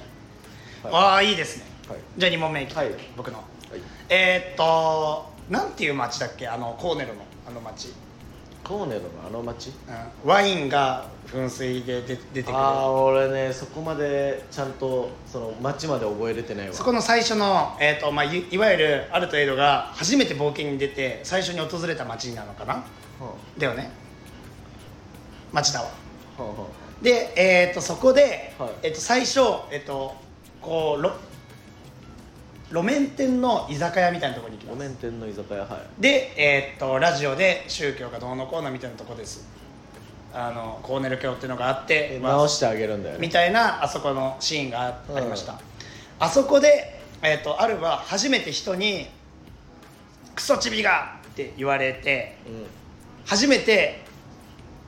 はい
ああいいですね、
はい
じゃあ2問目いきたい、
はい
僕の
はい
えー、っとなんていう町だっけあのコーネルのあの町、
コーネルのあの町
うん、ワインが噴水で出出てくる
ああ俺ねそこまでちゃんとその町まで覚えれてないわ
そこの最初の、えーとまあ、いいわゆるアルトエイドが初めて冒険に出て最初に訪れた町なのかな
は
だよね町だわ
あはあは
で、えー、とそこで、
はい
えー、と最初、えー、とこうろ路面店の居酒屋みたいなところに行き
あ
ま
お
す
面店の居酒屋はい
で、えーっとラジオで宗教がどうのこうのみたいなとこですあのコーネル教っていうのがあって、まあ
直してあげるんだよ
み
ね
たいなあそこのシーンがあ
うん
ありました、あそこで、えーっとアルは初めて人に「クソチビが!」って言われて
うん
初めて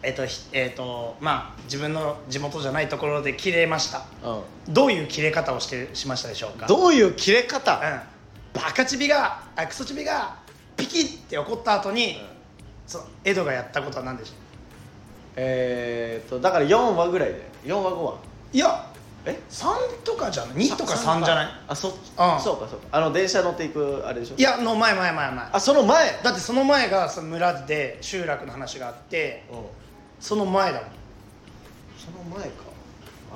えーっとひえーっとまあ自分の地元じゃないところで切れました
うん
どういう切れ方をしてしましたでしょうか
どういう切れ方、
うん、バカチビがあクソチビがピキって怒った後に、そのエドがやったことは何でしょ
えー、っとだから4話ぐらいで4話5話
ういや
え
3とかじゃない2とか3じゃない
あそ,、う
うん
そうかそうかあの電車乗っていくあれでしょ
いやの前前前前
あその前
だってその前がその村で集落の話があって
うん
その前だもん
その前か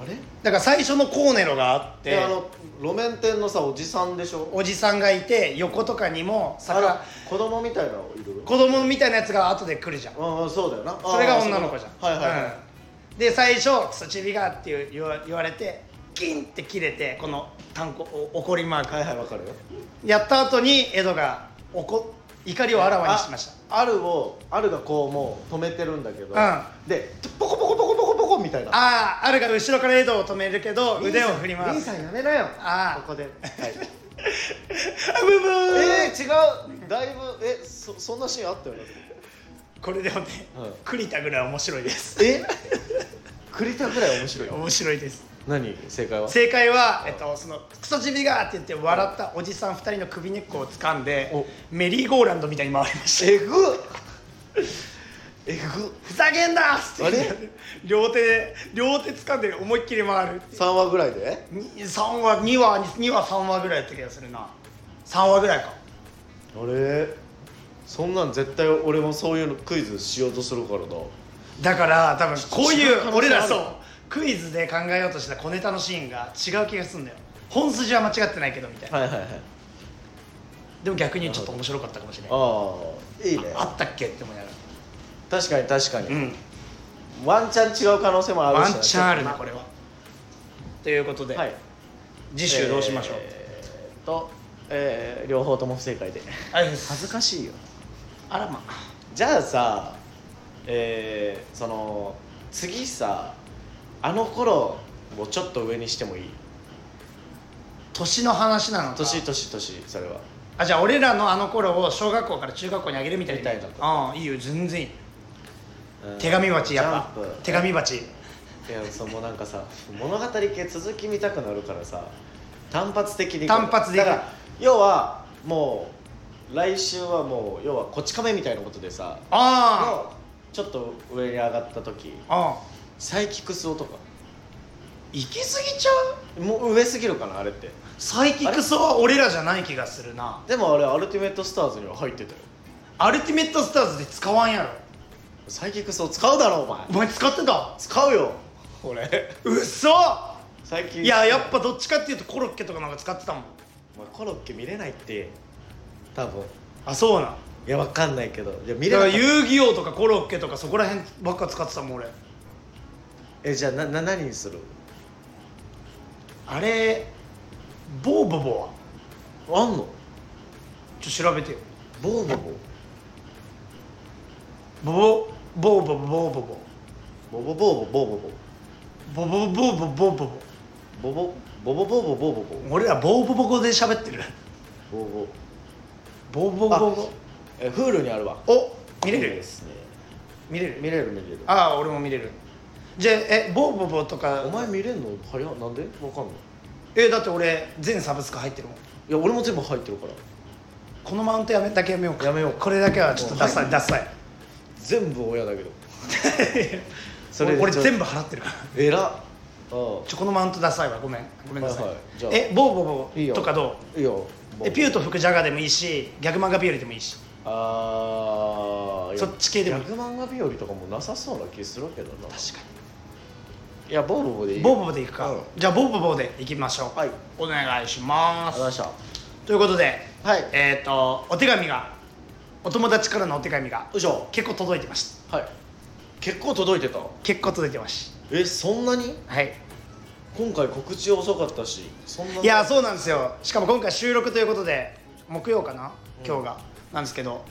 あれ
だから最初のコーネロがあって
であの路面店のさおじさんでしょ
おじさんがいて横とかにも
あら
坂
子供みたいなのいる
子供みたいなやつが後で来るじゃん
うんうんそうだよな
それが女の子じゃん
あーそうだはいはいはい、
うんで最初「クソチビが」って言わ言われてキンって切れてこの単語お怒りマーク、
はいはいわかるよ
やった後にエドが怒怒りをあらわにしました
ああるをあるがこうもう止めてるんだけど、
うん
でポコポコポコポコポコみたいな
あああるが後ろからエドを止めるけど腕を振り回
兄
す
さんやめなよ
あー
ここで、はい、
あブブー、
え ー、違うだいぶえそそんなシーンあったよね
これでもね、
うん
栗田ぐらい面白いです
え 栗田ぐらい面白いよ
面白いです
何正解は
正解は、えっと、そのクソチビがーって言って笑ったおじさん2人の首根っこを掴んで
お
メリーゴーランドみたいに回りました
えぐっえぐ
ふざけんなっつっ
あれ
て両手で両手掴んで思いっきり回る
3話ぐらいで
3話2話2話3話ぐらいやった気がするな3話ぐらいか
あれそんなん絶対俺もそういうのクイズしようとするからだ
だから多分こうい
違う可能性あ
う
る
俺らそうクイズで考えようとした小ネタのシーンが違う気がするんだよ本筋は間違ってないけどみたいな
はいはいはい
でも逆にちょっと面白かったかもしれない
ああいいね
あったっけって思いながら
確かに確かに、
うん
ワンチャン違う可能性もあるし
ワンチャンあるなこれはということで、
はい
次週どうしましょう、
えーっと、えー両方とも不正解で
あれです
恥ずかしいよ
あらま
じゃあさえーその次さあの頃をちょっと上にしてもいい
年の話なのか
年年年それは
あじゃあ俺らのあの頃を小学校から中学校にあげるみたいな
みたいなこと
ああいいよ全然いい
うん
手紙鉢やっ
ジャン
ぱ
プ
手紙鉢
いやそのなんかさ物語系続き見たくなるからさ単発的に
単発でいく
だから要はもう来週はもう要はこち亀みたいなことでさ
あ
のちょっと上に上がった時
ああ
サイキクスオとか行き過ぎちゃうもう上すぎるかなあれって
サイキックスは俺らじゃない気がするな
でもあれアルティメットスターズには入ってたよ
アルティメットスターズで使わんやろ
サイキクスオ使うだろお前
お前使ってた
使うよ俺
うそ
最近
いややっぱどっちかっていうとコロッケとかなんか使ってたもん
お前コロッケ見れないって多分
あそうなん
いやわかんないけどいや見
だ
れ
か
な
ら
い
遊戯王とかコロッケとかそこら辺ばっか使ってたもん俺
えじゃあなな何にする
あれボーボボは
あんの
ちょっと調べてよ
ボーボボ
ボボボーボボボーボボボボボーボボーボボ
ボボボーボボーボボボボボボボボボボボ
俺らボーボボ語で喋ってる
ボボ
ボーボボ
あ
ボ
えフールにあるわ
お見れ
いい
る
ですね
見れる
見れる見れる
ああ俺も見れるじゃあえボーボボとか
お前見れんの早っなんでわかんない
えだって俺全サブスク入ってるもん
いや俺も全部入ってるから
このマウントやめだけやめようか
やめよう
これだけはちょっとダサい、ダサい
全部親だけど
そ
そ
れ
れ
俺
ちょ
全部払ってるから
えらっ
ち
あ
ょこのマウントダサいわごめんごめんなさい,、
はいはいじゃあ
えボーボボ
いいよ
とかど
あいいよ
うえピュート福ジャガでもいいしギャグ漫画日和でもいいし
ああ
そっち系でもいい
逆漫画日和とかもなさそうな気するけどな
確か
いやボーボボでいい
に
よ
ボーボボでいくか、
うん
じゃあボーボボでいきましょう
はい
お願いしま
あり
す
がとうございま
ということで
したはいよ
えっ、とお手紙がお友達からのお手紙が
いしょ
結構届いてました
はい結構届いてた
結構届いてまし
えそんなに
たはい
今回告知遅かったしそんない
やそうなんですよしかも今回収録ということで木曜かな
うん
今日が、なんですけど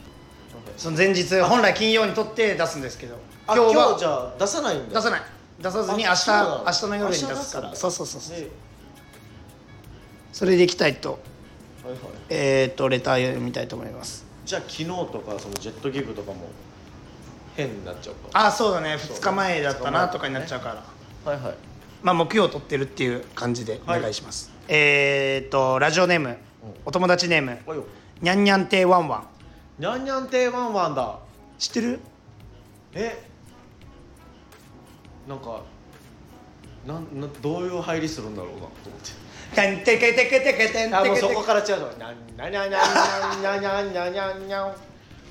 その前日本来金曜にとって出すんですけど
あ
今
今
日
日じ
は
ゃあ出さないんだ
出さないい出さずに
あ
明日
そうなの
明日の夜に出すか
明日出すん
ら
だ
そうそうそうそう、
ね
それでいきたいと
はいはい
えっ、とレター読みたいと思います
じゃあ昨日とかそのジェットギブとかも変になっちゃうか
ああそうだね
そう
2日前だったなとかになっちゃうから、
はいはい
まあ木曜撮ってるっていう感じでお
はい
願いします、えっ、とラジオネームお友達ネーム
おいよ
にゃんにゃん亭ワンワン
にゃんにゃん亭ワンワンだ
知ってる
えなんかなんなんどういう入りするんだろうなと思って
テンテケテケテケテンテケテケ
あもうそこから違うのにゃんにゃんにゃんにゃんにゃんにゃんにゃんにゃんにゃんにゃん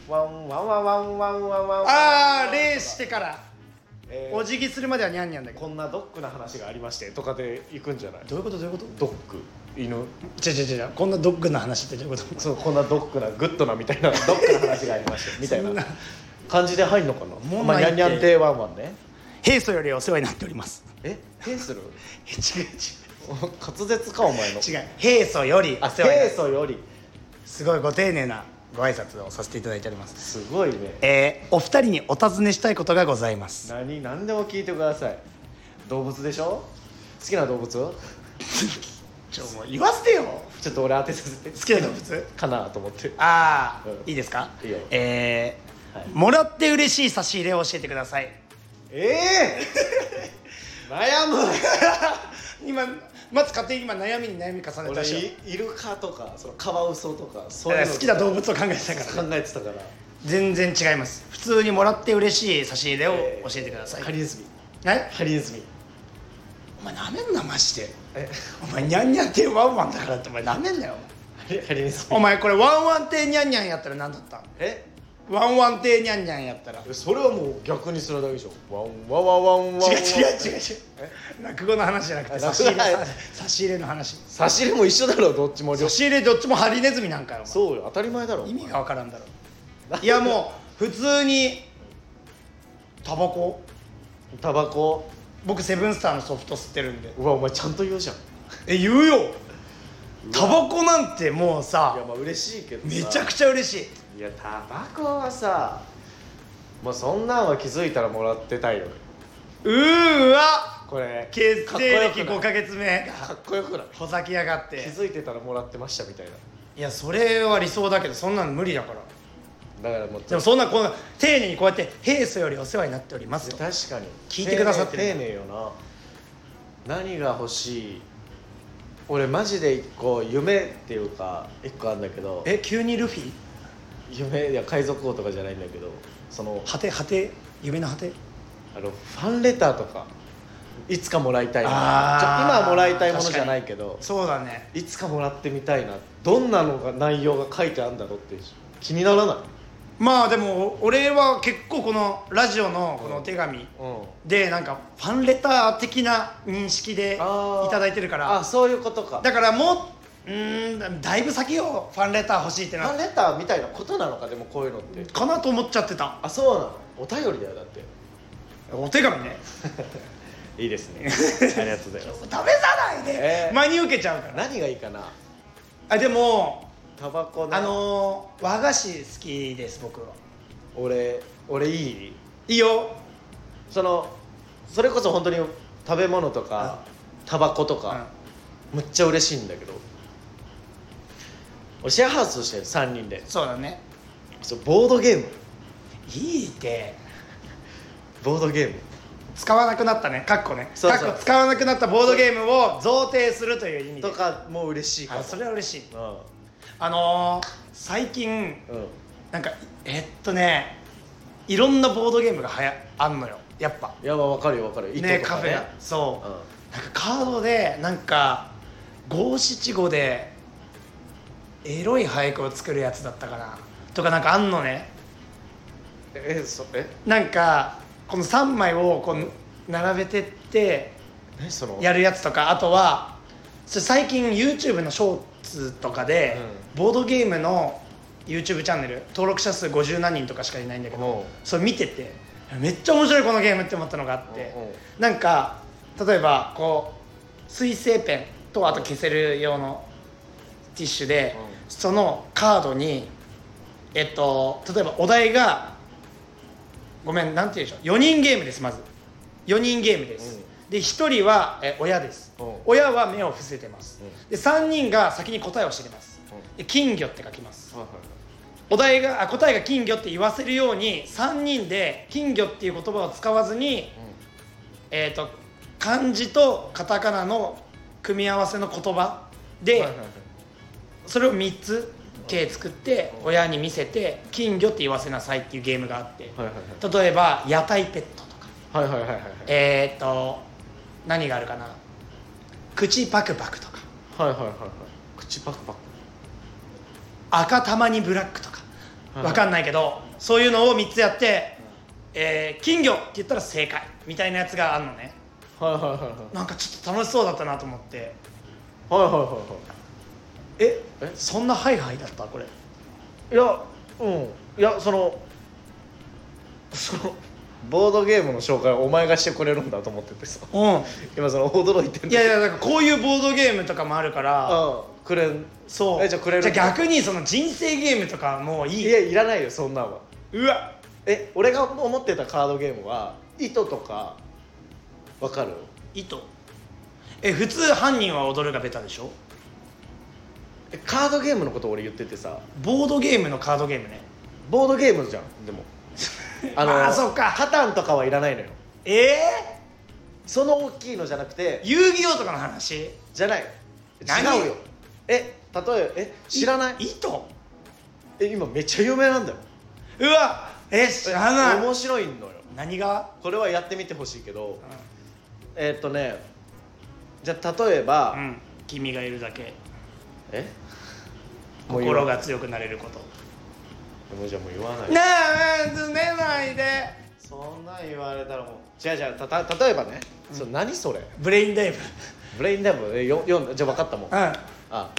ワンワンワンワンワンワンワン
ああ礼してから
えー
お辞儀するまではにゃんにゃんだけど
こんなドックな話がありましてとかで行くんじゃない
どういうことどういうこと
ドック犬
違う違う違うこんなドッグの話ってどういうこと
そうこんなドックなグッドなみ たいなドックな話がありましてみたい
そん
な
な
感じで入んのかな
もう
まあ
ない
に
って
ゃんにゃん亭ワンワンね
平素よりお世話になっております
え変 する
違う
滑舌かお前の
違う違う平素よりお
あ
世話になっ
清
て
楚より
すごいご丁寧なご挨拶をさせていただいております
すごいね
えー、お二人にお尋ねしたいことがございます
何何でも聞いてください動物でしょ好きな動物ちょ
ちょもう言わせてよ
っと俺当てさせて
好きな動物
かなと思って
ああ、
うん
いいですか
いいよ
えー
はい
もらって嬉しい差し入れを教えてください
え え悩む
今まず勝手に今悩みに悩み重ねた
俺
し
イイルカとかそのカワウソとかそういうの
好きな動物を考えてたから
考えてたから
全然違います普通にもらって嬉しい差し入れを教えてください、
ハリネズミ
え
ハリネズミ
お前なめんなマジで
え
お前ニャンニャン亭ワンワンだからってお前なめんなよ
ハリハリネズ
お前お前
ミ
これワンワン亭ニャンニャンやったら何だった
え
ワンワン亭ニャンニャンやったら違
それはもう逆にするだけでしょワンワワワン
う
ワン
違う違う違う落語の話じゃなくて
あ
差し入れ
落語
差差し入れの話
差し入れも一緒だろどっちも両
差し入れどっちもハリネズミなんかよお前
そうよ当たり前だろ
意味がわからんだろ
なんで
いやもう普通にタバコ
タバコ
僕セブンスターのソフト吸ってるんで
うわお前ちゃんと言うじゃんい
え言うよタバコなんてもう
や
さ
まあ嬉しいけど
めちゃく
ゃ
ちゃ嬉しい
いやタバコはさもうそんなんは気づいたらもらってたいよ
うーわ
これ
結成歴
かっ
5
こよ
ヶ月目
くないかっこよくない
ほざきやがっ
気
て
づいてたらもらってましたみたいない
やそれは理想だけどそんなの無理だから
だからもう
でもそんなこう丁寧にこうやって「平素よりお世話になっております」と
確かに
聞いてくださってる
丁寧丁寧よな何が欲しい俺マジで一個夢っていうか一個あるんだけど
え急にルフィ
夢いや海賊王とかじゃないんだけどその
果て果て夢の果て
あのファンレターとかいつかもらいたいな
あー
ちょ今はもらいたいものじゃないけど
そうだね
いつかもらってみたいなどんなのが内容が書いてあるんだろうって気にならない、
まあでも俺は結構このラジオのこのお手紙
うん、
でなんかファンレター的な認識でい
あー
ただいてるか
あ
ら
そういうことか
だからもううーんだいぶ先よファンレター欲しいって
ファン
な
レターみたいなことなのかでもこういうのって
かなと思っちゃってた
あそうなのお便りだよだって
お手紙ね
いいです ねありがとうございます
食べさないで
えー
真に受けちゃうから
何がいいかな
あでも
タバコの
あのー和菓子好きです僕は
俺俺いい
いいよ
そのそれこそ本当に食べ物とかタバコと
うん
か、むっちゃ嬉しいんだけど俺シェアハウスしてる3人で
そうだね
そうボードゲーム
いいって
ボードゲーム
使わなくなったねかっこね
そうそう
かっこ使わなくなったボードゲームを贈呈するという意味で
とかもう嬉しいか
あ
も
それは嬉しい
うん
あのー最近
うん
なんかえっとねいろんなボードゲームがはやあんのよやっぱ
いやまあ分かるよ分かるよ
ね
糸と
カ
か
フェがそう、
うん
なんかカードでなんか五七五でエロい俳句を作るやつだったかなとかなんかあんのね
えそえ
なんかこの3枚をこう並べてって
何その
やるやつとかあとはそれ最近 YouTube のショーツとかで、ボードゲームの YouTube チャンネル登録者数50何人とかしかいないんだけ
おう
どそれ見ててめっちゃ面白いこのゲームって思ったのがあって
おうおう
なんか例えばこう水性ペンとあと消せる用のティッシュで
うん
そのカードにえっと例えばお題がごめんなんて言うでしょう4人ゲームですまず4人ゲームです、で1人はえ親です、
うん
親は目を伏せてます、
うん
で3人が先に答えを知ります、
うん
で金魚って書きます
はいはい
お題があ答えが金魚って言わせるように3人で金魚っていう言葉を使わずに、えー、と漢字とカタカナの組み合わせの言葉で、
はいはいはい
それを3つ計作って親に見せて金魚って言わせなさいっていうゲームがあって、
はいはい
例えば屋台ペットとか
はいはいはいはいはい
えー、っと何があるかな口パクパクとか
はいはいはいはい口パクパク
赤玉にブラックとか
はい
わかんないけどそういうのを3つやって、えー金魚って言ったら正解みたいなやつがあるのね
はいはいはいはい
なんかちょっと楽しそうだったなと思って
はいはいはいはい
え
え
そんなハイハイだったこれ
いやうんいやそのそのボードゲームの紹介をお前がしてくれるんだと思っててさ
う
今その驚いてん
んいやい
や
やだからこういうボードゲームとかもあるから
うんくれん
そう
えじゃあくれる
じゃあ逆にその人生ゲームとかもうい
い
い
やいらないよそんなんは
うわ
え俺が思ってたカードゲームは糸とかわかる
糸え普通犯人は踊るがベタでしょ
えカードゲームのこと俺言っててさ
ボードゲームのカードゲームね
ボードゲームじゃん でも
あーそっか
カタンとかはいらないのよ
ええ
その大きいのじゃなくて
遊戯王とかの話
じゃない
何
違うよえ例ええ知らない
糸
え今めっちゃ有名なんだよ
うわえ知らない
面白いのよ
何が、
これはやってみてほしいけど
う
えーっとねじゃあ例えば、
ん君がいるだけ
えもう言わ
心が強くなれること
もうじゃあもう言わない
ねえずねないで
そんなん言われたらもう違う違うたた例えばね、そう何それ
ブレインダイブ
ブレインダイブえよ読んだじゃあ分かったもん、
う
あ
ん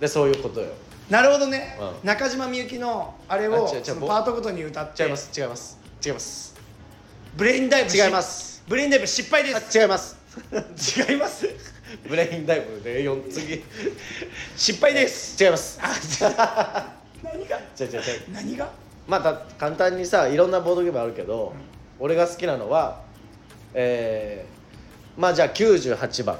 でそういうことよ
なるほどね、
うん
中島みゆきのあれ
あ
を
違う違う
その
ぼ
パートごとに歌って
違います違います違います
ブレインダイブし
違います
ブレインダイブ失敗で
あ
す
違います
違います
ブレインダイブで4次違い
失敗です
ます
あじゃあ何が
違う違う違う
何が
まあた簡単にさいろんなボードゲームあるけど、俺が好きなのはえー、まあじゃあ98番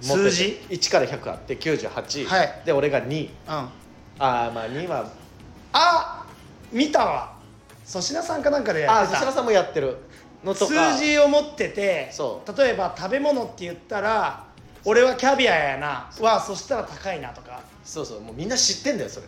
数字
1から100あって98、
はい
で俺が2
うん
あーまあ2は
あ見たわ粗品さんかなんかでや
あ
って
ー
た
らさんもやってるのとか
数字を持ってて
そ
例えば食べ物って言ったら俺はキャビアやなはそしたら高いなとか
そうそうもうみんな知ってんだよそれ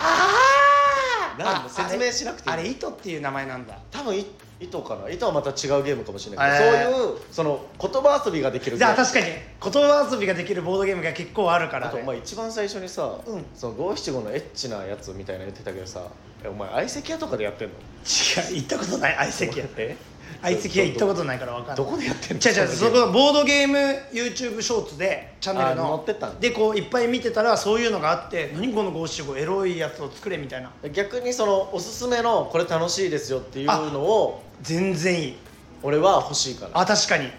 あ
なんだ
あ
説明しなくていい
あれ糸っていう名前なんだ
多分い糸かな糸はまた違うゲームかもしれないけど、
えー
そういうその言葉遊びができる
じゃあ
ゲーム
確かに言葉遊びができるボードゲームが結構あるから
あとお
ね
前一番最初にさ、
うん
その五七五のエッチなやつみたいなの言ってたけどさえお前相席屋とかでやってんの
違う行ったことない相席屋
え
相席屋行ったことないから分かんない
どこでやってんの
違う違うそ
のゲーム
こボードゲーム YouTube ショーツでチャンネル
あ
の
載ってたんだ
でこういっぱい見てたらそういうのがあって何この五七五エロいやつを作れみたいな
逆にそのおすすめのこれ楽しいですよっていうのを
全然いい
俺は欲しいから
あ確かに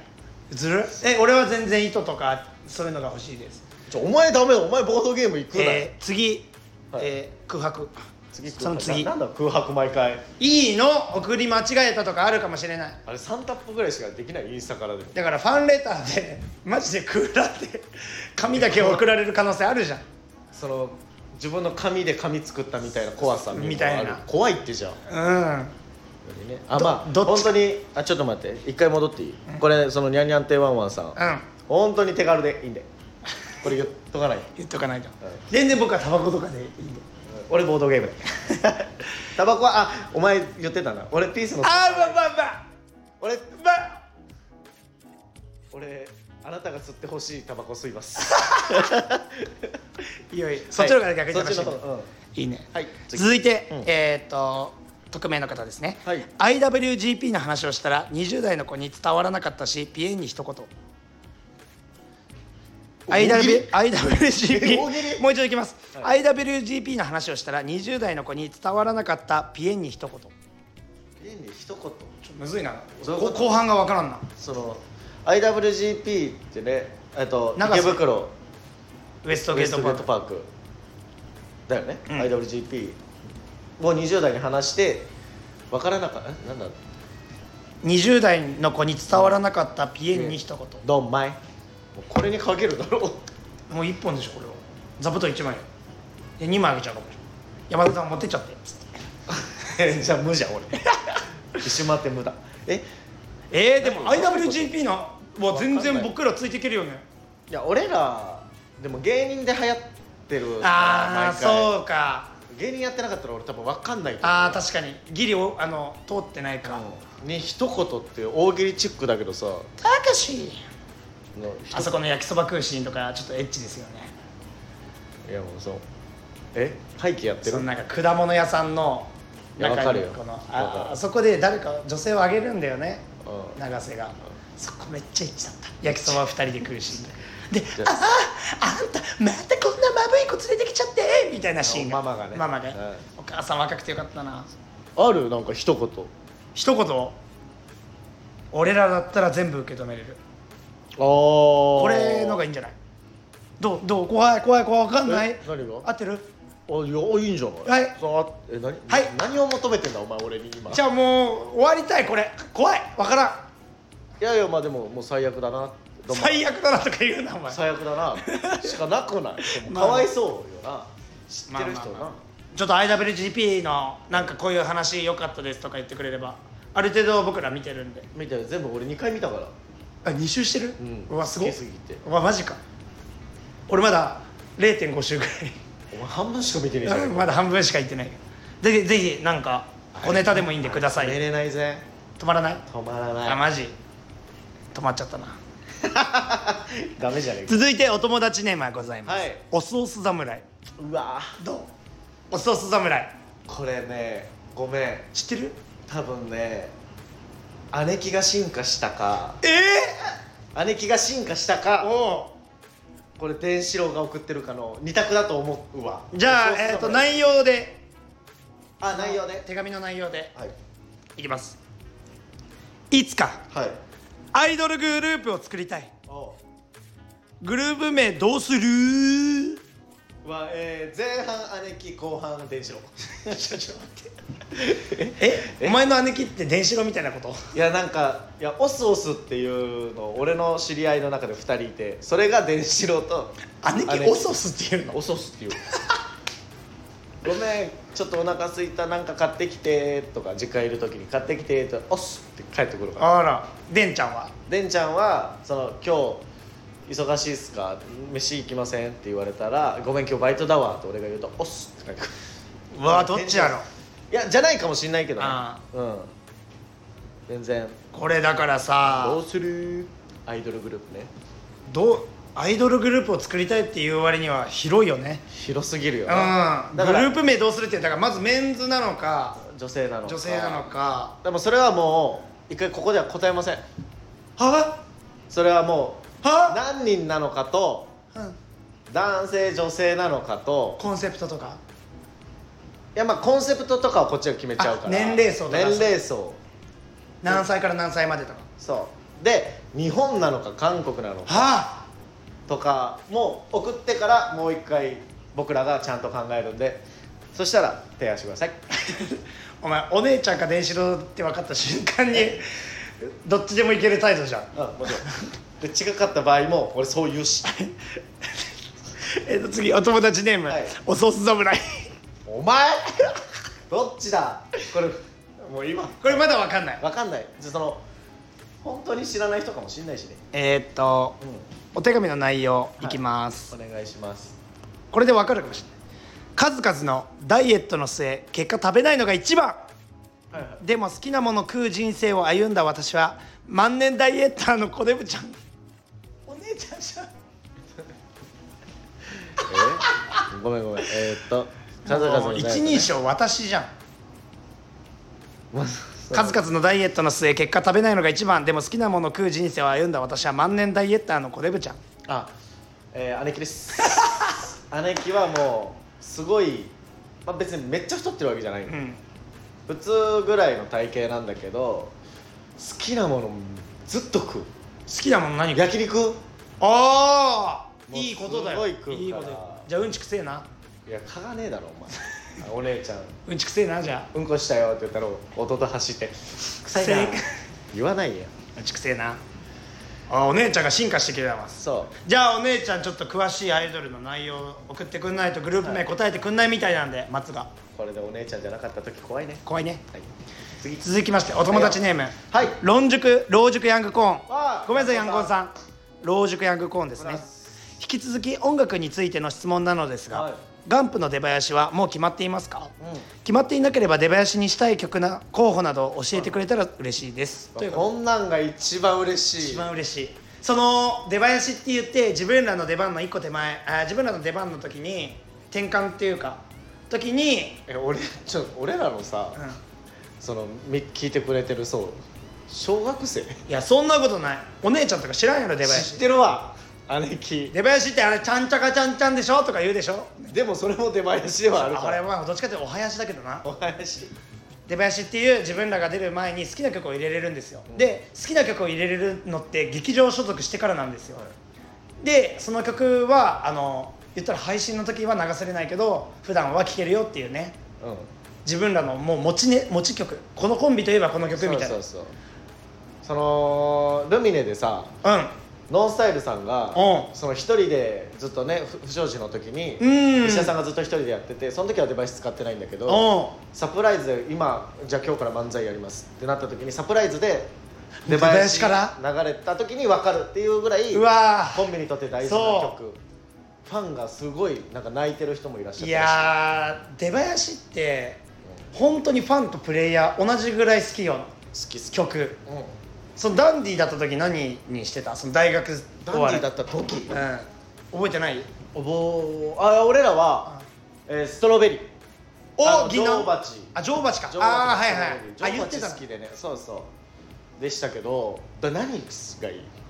ずるえ俺は全然糸とかそういうのが欲しいです、
ちょお前ダメだお前ボードゲーム行くなよ、
えー次、
はい
えー空白
次
その次
ななんだ空白毎回
いいの送り間違えたとかあるかもしれない
あれ3タップぐらいしかできないインスタからでも
だからファンレターでマジで空欄で紙だけ送られる可能性あるじゃん
その自分の紙で紙作ったみたいな怖さ
みたいな
ある怖いってじゃん
うん
あ
ど
まあ
どっ
本
ち
当にあちょっと待って一回戻っていい、これそのニャンニャンテワンワンさん、
うん
本当に手軽でいいんでこれ言っとかない、うん
言っとかないと、全然僕はタバコとかでいいんで
俺ボードゲームで タバコはあお前言ってたな俺ピースの
あーばばば
俺
ば
俺あなたが吸ってほしいタバコ吸います
いいよいいよ そっちの方が逆に
そっ
楽
ち
しい
の
ね、
方、うん、
いいね、
はい次
続いて、
うん
えーっと匿名の方ですね、
はい
IWGP の話をしたら20代の子に伝わらなかったしピエンに一言
大喜利
IW IWGP
大喜利
もう一度いきます、IWGP の話をしたら20代の子に伝わらなかったピエンに一言
ピエンに一言
むずいな
どういうこと
後半がわからんな
その IWGP ってねえっと
長
池
瀬
袋
ウエスト
ウ
ゲ
エ
ー
ス
ト
ト
パー
ゲー
ト
トパークだよね、
うん
IWGP を20代に話して分からなかったなんだ
20代の子に伝わらなかったピエンに一言、
ドンマイもうこれにかけるだろう
もう1本でしょこれは座布団1枚よで2枚あげちゃうかもしれない山田さん持ってっちゃってつって
じゃあ無じゃん俺一瞬待って無駄え
えー、でも
何
IWGP のは全然僕らついていけるよね
いや俺らでも芸人で流行ってる
ああ
毎回
そうか
芸人やってなかったら俺多分分かんないと思う
ああ確かにギリおあの通ってないか
ね一言って大喜利チックだけどさの
たかし
一
あそこの焼きそば食うシーンとかちょっとエッチですよね
いやもうそうえ廃棄やって
そ
る
のなんか果物屋さんの
いや
中
わか
に
るよ
この
わか
あ
る
あそこで誰か女性をあげるんだよね
うん
永瀬がそこめっちゃエッチだった焼きそばは2人で食うシーンで
じゃ
あああんたまたこんなまぶい子連れてきちゃってみたいなシーンが
ママがね
ママが
うん
お母さん若くてよかったな
あるなんか一言
一言俺らだったら全部受け止めれる
ああ
これのがいいんじゃないどうどう怖い怖い怖い分かんない
え何が
合ってる
あいやいいんじゃない
はい
そのあえ何、
はい
何を求めてんだお前俺に今
じゃあもう終わりたいこれ怖い分からん
いやいやまあでももう最悪だなどうも
最悪だなとか言うなお前
最悪だなしかなくないでも
まあ
かわいそうよな知ってる人
まあまあ
な
まちょっと IWGP のなんかこういう話良かったですとか言ってくれればある程度僕ら見てるんで
見て全部俺2回見たから
あ2周してる、
うん
うわすごい
好きすぎて
うわマジか俺まだ0.5周ぐ
お前半分しか見てねえじゃ
ら い
ん
まだ半分しか行ってないけどぜひぜひなんか小ネタでもいいんでください
寝れないぜ
止まらない
止まら
あ
ない
マジ止まっちゃったな
ダメじゃねえか
続いてお友達ネームはございます、
はい
おソース侍
うわ
どうおソース侍
これねごめん
知ってる
多分ね姉貴が進化したか
え
姉貴が進化した
え
か
おう
これ天使郎が送ってるかの二択だと思うわ
じゃあ
そうそう
えっ、と
そう
内容で
あ内容ね
手紙の内容で
はい
いきますいつか
はい
アイドルグループを作りたい
お
グループ名どうする
うは、えー、前半姉貴後半天使郎 ちょちょ待って
えお前の姉貴って電子炉みたいなこと
いやなんかいやオスオスっていうの俺の知り合いの中で二人いてそれが伝四郎と
姉貴オソスっていうの
オスオスっていうごめんちょっとお腹すいたなんか買ってきてとか実家いる時に買ってきてとオスって帰ってくるから
あらでんちゃんは
でんちゃんはその今日忙しいっすか飯行きませんって言われたらごめん今日バイトだわって俺が言うとオスって帰ってくる
うわどっちやろ
いやじゃないかもしんないけどね
あ
うん全然
これだから
どう
さ
するアイドルグループね
どうアイドルグループを作りたいっていう割には広いよね
広すぎる
う
よ
ん
ね
グル
だから
ープ名どうするってだからまずメンズなのか
女性なのか
女性なのか
でもそれはもう一回ここでは答えません
は
それはもう
は
何人なのかと
うん
男性女性なのかと
コンセプトとか
いやまあコンセプトとかはこっちが決めちゃうから
あ年齢層とか
年齢層
何歳から何歳までとか
そうで日本なのか韓国なのか
は
とかも送ってからもう一回僕らがちゃんと考えるんでそしたら提案してください
お前お姉ちゃんか電子郎って分かった瞬間にどっちでもいける態度じゃん
うんもちろん で違かった場合も俺そう言うし
えっと次お友達ネーム、
はい
おソース侍
お前どっちだこれもう今
これまだ分かんない
わかんないじゃあその本当に知らない人かもしんないしね
えーっと
う
お手紙の内容いきます、
んお願いします
これで分かるかもしれない数々のダイエットの末結果食べないのが一番
はいはい
でも好きなもの食う人生を歩んだ私は万年ダイエッターのコデブちゃんお姉ちゃんじゃん
えー ごめんごめんえーっと
もう
の
一人称私じゃん
ま
数々のダイエットの末結果食べないのが一番でも好きなもの食う人生を歩んだ私は万年ダイエッターのコデブちゃん
あ、えー、姉貴です 姉貴はもうすごい、まあ、別にめっちゃ太ってるわけじゃないの、
うん
普通ぐらいの体型なんだけど好きなものずっと食う
好きなもの何
焼肉
ああ
もう
いいことだ
す
よ
ご
い
い食うから
いことだよじゃあうんちくせえない
や嗅がねえだろ お前お姉ちゃん
うんちくせえなじゃあ
うんこしたよって言ったら弟走って臭い
臭
ない言わないや
うんちくせえなあお姉ちゃんが進化してきてます
そ
じゃあお姉ちゃんちょっと詳しいアイドルの内容を送ってくんないとグループ名答えてくんないみたいなんで松が
うこれでお姉ちゃんじゃなかった時怖いね
怖いね
はい次
続きましてお友達ネーム
はい
論熟老熟ヤングコー
あ
ン
ー
ごめんなさいヤングコーンさん老熟ヤングコーンですね
はい
引き続き音楽についての質問なのですが、
はい
ガンプの出囃子はもう決まっていますか、
うん
決まっていなければ出囃子にしたい曲な候補などを教えてくれたら嬉しいです、ということ
こんなんが一番嬉
で
しい
一番嬉しいその出囃子って言って自分らの出番の一個手前あー自分らの出番の時に転換っていうか時に、
え俺ちょ俺らのさ、
うん、
そのみ聞いてくれてるそう小学生
いやそんなことないお姉ちゃんとか知らんやろ出囃
知っ
子
てるわ姉貴
出囃子ってあれちゃんちゃかちゃんちゃんでしょとか言うでしょ
でもそれも出囃子ではある
あ
か
れ
ら
はどっちかっていうとお囃子だけどな
お囃子
出囃子っていう自分らが出る前に好きな曲を入れれるんですよ、で好きな曲を入れれるのって劇場所属してからなんですよ、でその曲はあの言ったら配信の時は流せれないけど普段は聴けるよっていうね
うん
自分らのもう持ち,、ね、持ち曲このコンビといえばこの曲
そ
み
う
たいな
そううそうそのルミネでさノンスタイルさんが
うん
その一人でずっとねふ不祥事の時に
うん
石田さんがずっと一人でやっててその時は出囃子使ってないんだけど
んうん
サプライズで今じゃあ今日から漫才やりますってなった時にサプライズで
出囃子から
流れた時に分かるっていうぐらいう
わー
コンビにとって大事な曲ファンがすごいなんか泣いてる人もいらっしゃった
いやー出囃子って本当にファンとプレイヤー同じぐらい好きよ
好き好き、
曲
うん、
そのダンディだった時何にしてたその大学
ダ
終わ
ン
り
ディだった時
うん覚えてない
おぼあ俺らは、えーストロベリー
お
あの
銀杏
女王蜂
あ女王鉢か
女王蜂
ああはいはいあ
女
言
王
って
蜂
た
好きでねそうそうでしたけどだ何がいい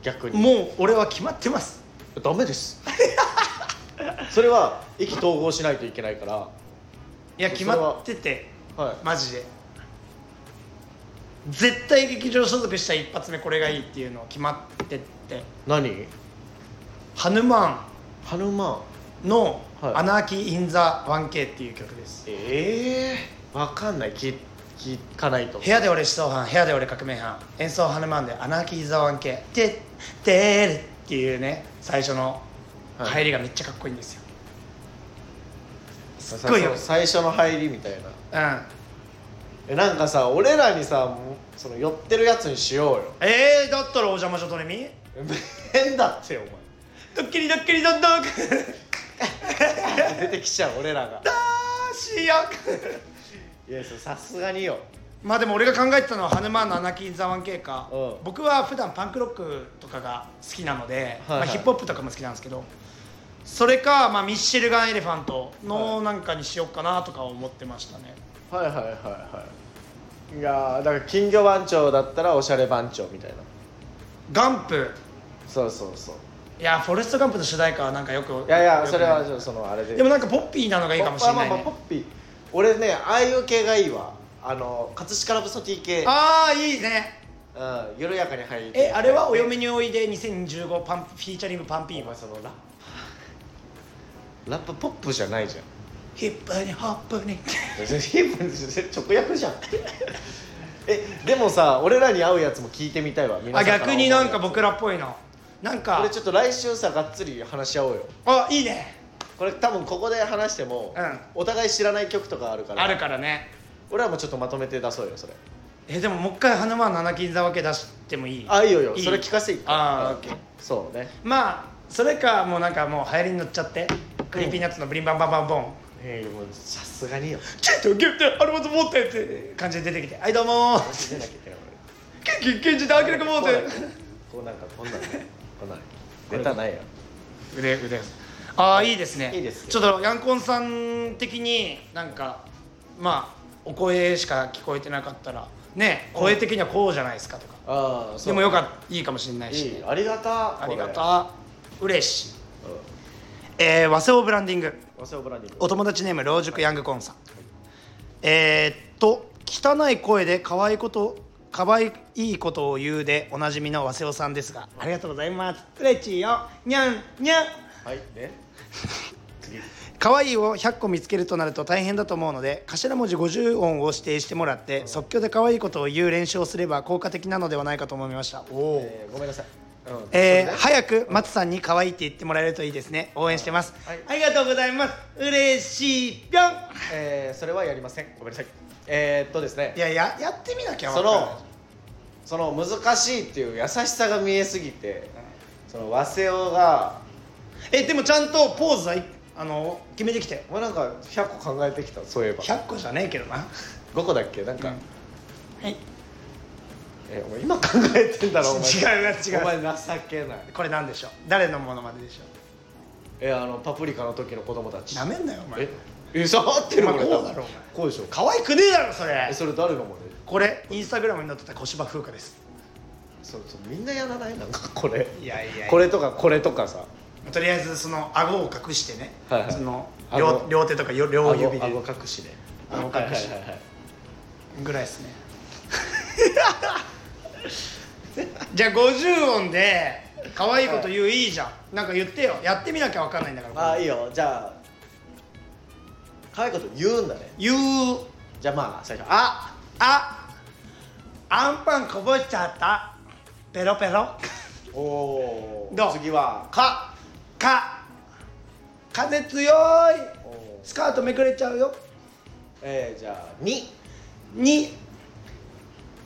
逆に
もう俺は決まってます
ダメです それは意気投合しないといけないから
いや
そ
決
れは
まってて
はい
マジで絶対劇場所属した一発目これがいいっていうの決まってって
何
ハヌマ
ハヌマン
ンの「
はい
アナーキー・イン・ザ・ 1K」っていう曲です
ええわかんない聞聞かないと
部屋で俺思想犯部屋で俺革命犯演奏ハヌマンで「アナーキー・イン・ザ・ 1K」「てってれ」っていうね最初の
はい
入りがめっちゃかっこいいんですよ、
す
っごいよ
最初の入りみたいな
うん
えなんかさ俺らにさもうその寄ってるやつにしようよ
えー、だったらお邪魔女とねみ
変だってお
ドッキリドッキリドッドッ
前出てきちゃう俺らが
ダッシ最悪
いやそうさすがによ
まあでも俺が考えてたのは「ハヌマーンのアナキン・ザ・ワン系か、
うん
僕は普段パンクロックとかが好きなので、
はいはい
まあ、ヒップホップとかも好きなんですけどそれか、まあ、ミッシェルガン・エレファントのなんかにしようかなとか思ってましたね、
はいはいはいはいいやーだから金魚番長だったらおしゃれ番長みたいな
ガンプ
そうそうそう
いやフォレスト・ガンプの主題歌はなんかよく
いやい
よ
や
く
それはそのあれで
でもなんかポッピーなのがいいかもしれない
ポッパーまあまあ
ね
ポッピー俺ねああいう系がいいわあの葛飾ラブソティ系
ああいいね
うん緩やかに入り
えあれは「お嫁においで2015パンフィーチャリングパンピー
お前
マ
そのラップラップポップじゃないじゃん
ヒップにホップに
直訳じゃんえでもさ俺らに合うやつも聞いてみたいわ皆
あ
さから
逆になんか僕らっぽいのなん
こ
か
れちょっと来週さがっつり話し合おうよ
あいいね
これ多分ここで話しても、
うん
お互い知らない曲とかあるから
あるからね
俺らもちょっとまとめて出そうよそれ
えでももう一回花間七金座分け出してもいい
あいいよいいよ
いい
それ聞かせていい
あー
うん
オッケー
そうね
まあそれかもうなんかもう流行りに乗っちゃってクリーピーナッツのブリンバンバンバンボン
えー、もうさすがによ
キュッとキュッとアルバト持ってって感じで出てきて「はいどうもー」
出なきゃいけない
キュッキュッキュッキュッと明らかもうて
こうなんかこんなんねこんなんねネタないよ
腕腕ああいいですね
いいですよ
ちょっとヤンコンさん的になんかまあお声しか聞こえてなかったらね声的にはこうじゃないですかとか
ああ
でもよ
っ
かったいいかもしれないし
いいありがた
ありが
う
た嬉しい
ん
えー、和製ブランディング
和製オブランディング
お友達ネーム老熟ヤングコーンさん、えーっと汚い声で可愛いこと可愛いことを言うでおなじみの和瀬尾さんですがありがとうございますストレッチーよにゃんにゃん
はいね次
可愛いを100個見つけるとなると大変だと思うので頭文字50音を指定してもらって即興で可愛いことを言う練習をすれば効果的なのではないかと思いましたおー
えーごめんなさいうん
えー
それね
早く松さんに可愛いって言ってもらえるといいですね応援してます、
はい
ありがとうございます嬉しいぴょん
えーそれはやりませんごめんなさいえーっとですね
いやややってみなきゃ
そ
分からない
のその難しいっていう優しさが見えすぎてその和製オが
えでもちゃんとポーズはいあの決めてきて
お前なんか100個考えてきたそういえば
100個じゃねえけどな
5個だっけなんか、
うんはい
えお前今考えてんだろお前
違うな違う
お前情けない
これなんでしょう誰のものまででしょ
えあのパプリカの時の子供た
う
ち
なめんなよお前
ええ触ってる
お前
俺
こうだろお前
こうでしょ
可愛くねえだろそれ
えそれ誰のもね
これインスタグラムに載ってた小芝風花です
そうそうみんなやらないなんかこれ
いやいやいや
これとかこれとかさ
とりあえずその顎を隠してね、
はいはい
その
顎
両両手とかよ両
顎
指で
顎隠しで
顎
はいは
隠
い
し
はいはい
ぐらいですね じゃあ50音で可愛いこと言う、い、いじゃんなんか言ってよやってみなきゃ分かんないんだから
ああいいよじゃあ可愛いこと言うんだね
言う
じゃあまあ最初あ
ああアンパンこぼしちゃったペロペロ
おお
どう
次は
かか風強い
おー
スカートめくれちゃうよ
えー、じゃあに
に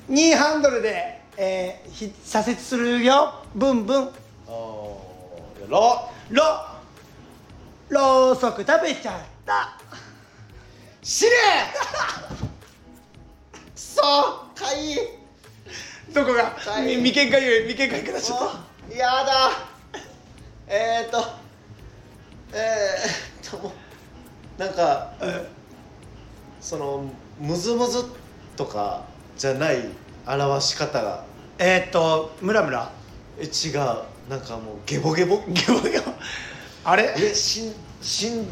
にハンドルで、えーひ左折するよブンブン
おおーろ
ろろうそく食べちゃった
しれくそかい
どこが
はい
み眉間かゆい眉間かゆくなっちゃっ
おやだえー、っとえー、っともうなんか
たうん
そのムズムズとかじゃない表し方が
えーっとムラムラ
え違うなんかもうゲボゲ ボ
ギョギョあれ
えしんしん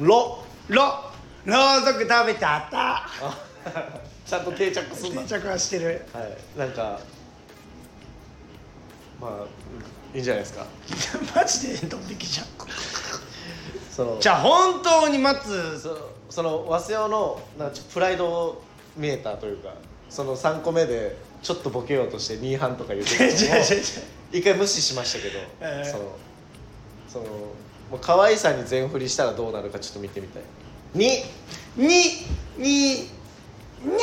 ろ
ろろうそく食べちゃった
あちゃんと定着すんだ
定着はしてる
はいなんかまあいいんじゃないですか
マジでドン引きじゃん
その
じゃあ本当に待つ
そその早稲尾のなんかちょっとプライドを見えたというかその3個目でちょっとボケようとして2半とか言ってた の
違う違う違う
一回無視しましたけど、
ええ
そのそのもう可愛さに全振りしたらどうなるかちょっと見てみたいに
にににゃんにゃん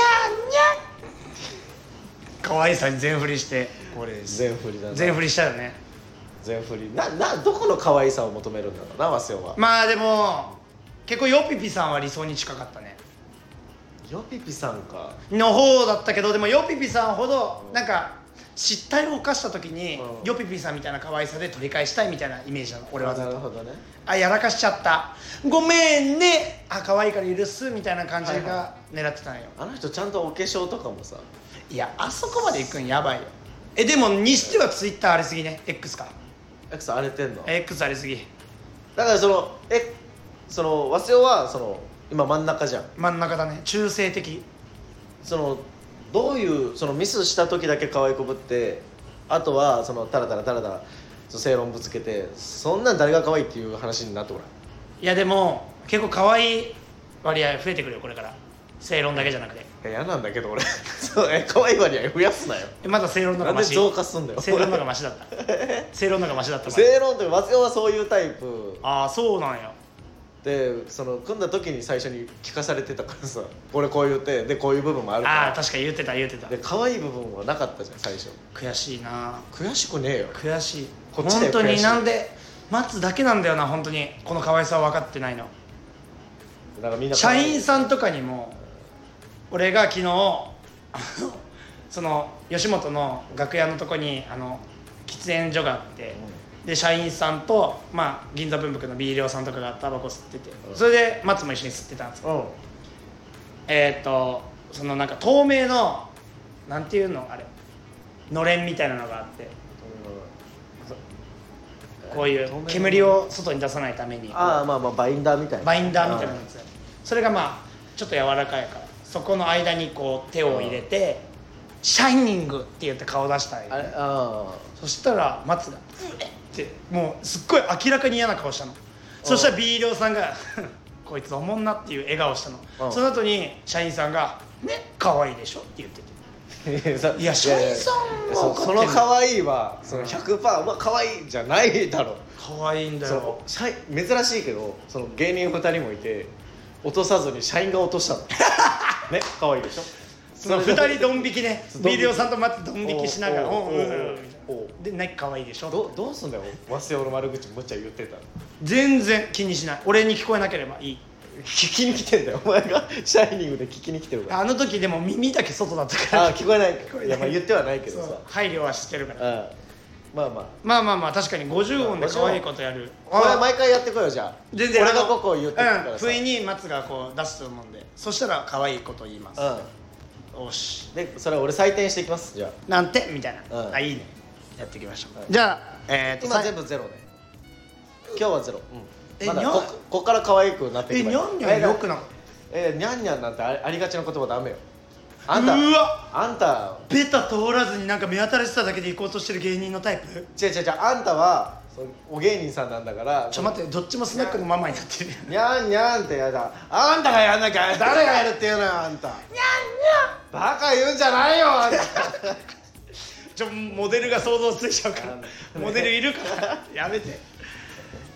可愛さに全振りしてこれです
全振りだな
全振りしたよね
全振りななどこの可愛さを求めるんだろうな早稲尾は、
まあでも結構ヨピピさんは理想に近かったね
ヨピピさんか
の方だったけどでもヨピピさんほどなんか失態を犯した時に
うん
ヨピピさんみたいな可愛さで取り返したいみたいなイメージなの俺はずっ
な
と
るほどね
あやらかしちゃったごめんねあ可愛いから許すみたいな感じ
はい
が
は
狙ってたんよ、
あの人ちゃんとお化粧とかもさ
いやあそこまで行くんやばいよえでもにしてはツイッターありすぎね X か
X 荒れてんのだ
X ありすぎ
からそのえその和尾はその今真ん中じゃん
真ん中だね中性的
そのどういうそのミスした時だけ可愛いこぶってあとはそのタラタラタラタラその正論ぶつけてそんなん誰が可愛いっていう話になってこない
いやでも結構可愛い割合増えてくるよこれから正論だけじゃなくて
いや嫌なんだけど俺 そうえ可愛い割合増やすなよ
えまだ正論の方
な
が
ん
マ
で
シ
増加すんだよ
正論の方がマシだ った正論の方がマシだったまだ
正論って和尾はそういうタイプ
ああそうなんよ
でその組んだ時に最初に聞かされてたからさ俺こう言ってでこういう部分もあるから
ああー確か言ってた言ってた
で可愛い部分はなかったじゃん最初
悔しいな
悔しくねえよ
悔しい
こっちだ
本
よ
当
悔し
に
い
なんで待つだけなんだよな本当にこの可愛さは分かってないの
なんかみんな可
社
愛い
員さんとかにも俺が昨日あのその吉本の楽屋のとこにあの喫煙所があって、で社員さんと、まあ、銀座文福のビールオさんとかがタバコ吸ってて
うん
それで松も一緒に吸ってたんですけど
うん
えっ、とそのなんか透明のなんていうのあれのれんみたいなのがあってこういう煙を外に出さないために
ああまあまあバインダーみたいな
バインダーみたいなやつそれがまあちょっと柔らかいからそこの間にこう手を入れて「シャイニング」って言って顔出したい
あれあ
そしたら松が「うえっ!」てもうすっごい明らかに嫌な顔したのそしたら B 量さんが「こいつおもんな」っていう笑顔した
う
の
ん
その後に社員さんが「ね可愛いでしょ」って言ってて
あ
いや社員さん
いや
は分かっ
そ
て
そ
る
の可愛いはそ
うん
の100%は可愛いじゃないだろ
可愛いんだ
そ
よ
の社員珍しいけどその芸人2人もいて落とさずに社員が落 としたのね可愛いでしょ
その2人ドン引きね
そうドン
ビー量
引き
さんと松ドン引きしながら「
おうお
お
う
うおうおう
おう
みたいな
おう
で「ね可愛いでしょ」
どどうすんだよ和製の悪口むっちゃ言ってたの
全然気にしない俺に聞こえなければいい
聞きに来てんだよお前が「シャイニング」で聞きに来てるから
あの時でも耳だけ外だったから
ああ聞こえない
こえない
いやまあ言ってはないけど
そう
さ
配慮はしてるか
うん
ら
まあまあ
まあまあまあ確かに50音で可愛いことやる
これ
あ
毎回やってこいよじゃあ
全然
俺
あ
が
の
ここを言ってくか
うん
らさ
不意に松がこう出すと思うんでそしたら可愛いこと言います
う
おし
んでそれ俺採点していきますじゃあ
なんてみたいな、
うん
あいいねやっていきましょう、
はい
じゃあえー、と
今
さ
全部ゼロね今日はゼロ
え
まだ
にゃん
ここっから可愛くなってい
え
けば
に
いい
ゃんにゃんよく
え
なかっ
えにゃんにゃんなんてありありがちな言葉ダメよ
た
あんた
うわ
あんた
ベタ通らずになんか目新しさだけで行こうとしてる芸人のタイプ
違う違う違うあんたはそうお芸人さんなんだから
ちょ待ってどっちもスナックのママになってるよ
にゃんにゃんってやだあんたがやんなきゃ誰がやるっていうのよあんたにゃんにゃんバカ言うんじゃないよあんた
ちょモデルが想像ついちゃうか
なんだ
らモデルいるからやめて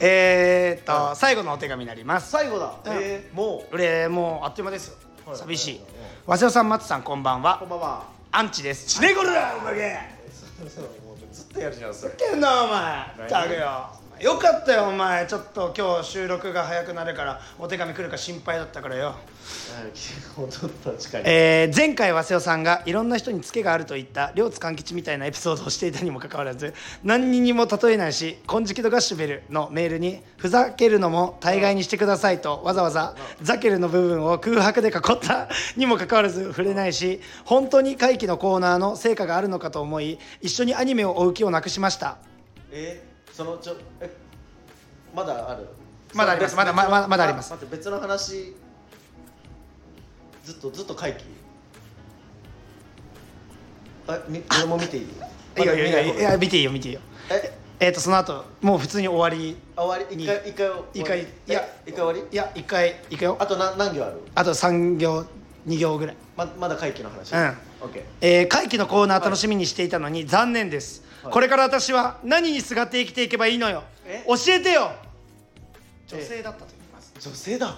えーっと、最後のお手紙になります
最後だ、
うん
えーもう
俺もうあっという間ですよ、
はい
寂しい
はい
早稲田さん松さんこんばん
こん
は
ばんは
アンチですチネゴルだおまけ
そうそうもうずっとやるじゃんそれ
ってんだお前ったくよよかったよお前ちょっと今日収録が早くなるからお手紙来るか心配だったからよ
本当確かに
えー前回早稲さんがいろんな人にツケがあると言った両津勘吉みたいなエピソードをしていたにもかかわらず何にも例えないし「金色度がシュベル」のメールに「ふざけるのも大概にしてください」とわざわざ「ザケル」の部分を空白で囲ったにもかかわらず触れないし本当に会期のコーナーの成果があるのかと思い一緒にアニメを追う気をなくしました
えーそのちょえまだある
まだあります
その別
まだまだ
別の
まだあります
待って別の話ずっとずっと回帰えみ俺も見ていい
いやいやいやいや
や
見ていいよ見ていいよ
え
えっ、とその後もう普通に終わり
あ終わり一回一回終わり
一回い
え
や
一回終わり
いや一回いくよ
あと何何行ある
あと3行2行ぐらい
ままだ会期の話
うん
オッケー
えー会期のコーナー楽しみにしていたのに、残念です、
はい
これから私は何にすがって生きていけばいいのよ
え
教えてよ
え
だったと言います
女性だ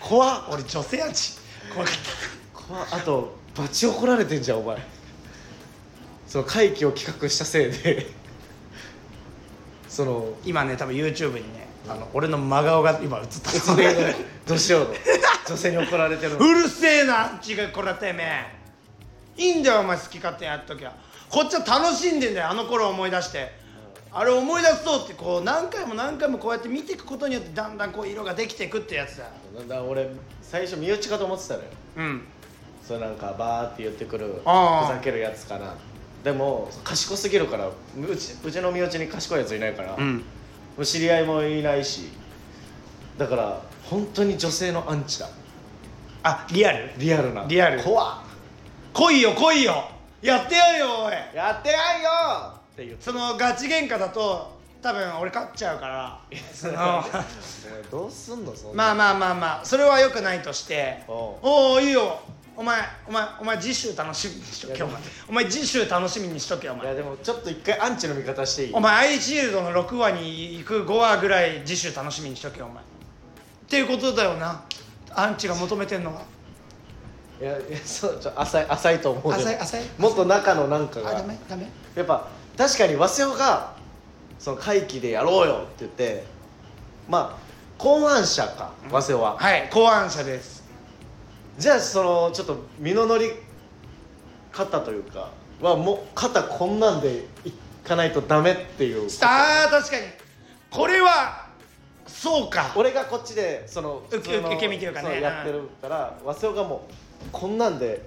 怖っ
俺女性アンチ怖かっ
怖っあとバチ怒られてんじゃんお前その会期を企画したせいでその
た今ね多分 YouTube にねあの俺の真顔が今映った
うつでどうしようの女性に怒られてるの
うるせえな違うこらてめえいいんだよお前好き勝手やっときゃこっちは楽しんでんだよあの頃を思い出してあれ思い出そうってこう何回も何回もこうやって見ていくことによってだんだんこう色ができていくってやつだ
なんだ俺最初身内かと思ってたのよ
うん
それなんかバーって言ってくるふ
あー
ざけるやつかなでも賢すぎるからうちうちの身内に賢いやついないから、
う
も
ん
う知り合いもいないしだから本当に女性のアンチだ
あリアル
リアルな
リアル
怖っ
来いよ来いよやってやるよおい
やってないよって言って
そのガチ喧嘩だと多分俺勝っちゃうから その
お前どうすんのそん
ま
な
あまあまあまあそれは良くないとして
おう
おおいいよお前お前お前次週楽しみにしと
い
け
や
お
でも
前お前次週楽しみにしとけお
いや
前
でもちょっと一回アンチの味方していい
お前アイシールドの6話に行く5話ぐらい次週楽しみにしとけお前っていうことだよなアンチが求めてんのはい
やいやそうちょ浅い浅いと思うでも
浅い浅い
もっと中のなんか
あ
が
ダメダメ
やっぱ確かに早稲尾がその会期でやろうよって言ってまあ考案者か早稲尾は、
はい考案者です
じゃあそのちょっと身の乗り方というかはもう肩こんなんでいかないとダメっていう
あー確かにこれはそうか
俺がこっちでその
受け
普通の
受け身というかね
そやってるから早稲尾がもうこんなんで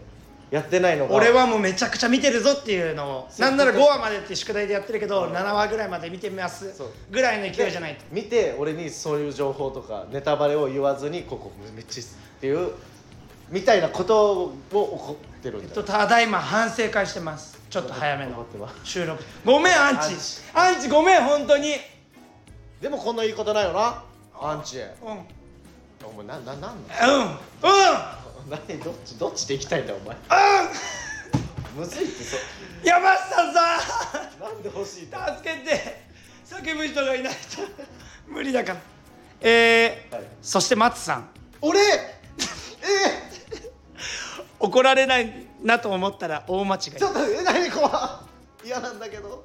やってないのが
俺はもうめちゃくちゃ見てるぞっていうのを
そう
なんなら5話までって宿題でやってるけど7話ぐらいまで見てみます
そう
ぐらいの勢いじゃないと
で見て俺にそういう情報とかネタバレを言わずにここめっちゃいいっすっていうみたいなことを怒ってるんだ
えっ
よ
とただいま反省会してますちょっと早め
わ
の
かってます
収録ごめんアンチアンチごめん本当に
でもこんな言い方ないよなアンチ
うんうん
お前なななんなの
う
何どっちどっちで行きたいんだお前むずいってそ
ん山下さ
なんで欲しいん だ
ん助けて叫ぶ人がいないと無理だからえー
はい
そして松さん
俺え
怒られないなと思ったら大間違い
ー、ちょっとえ何怖い嫌なんだけど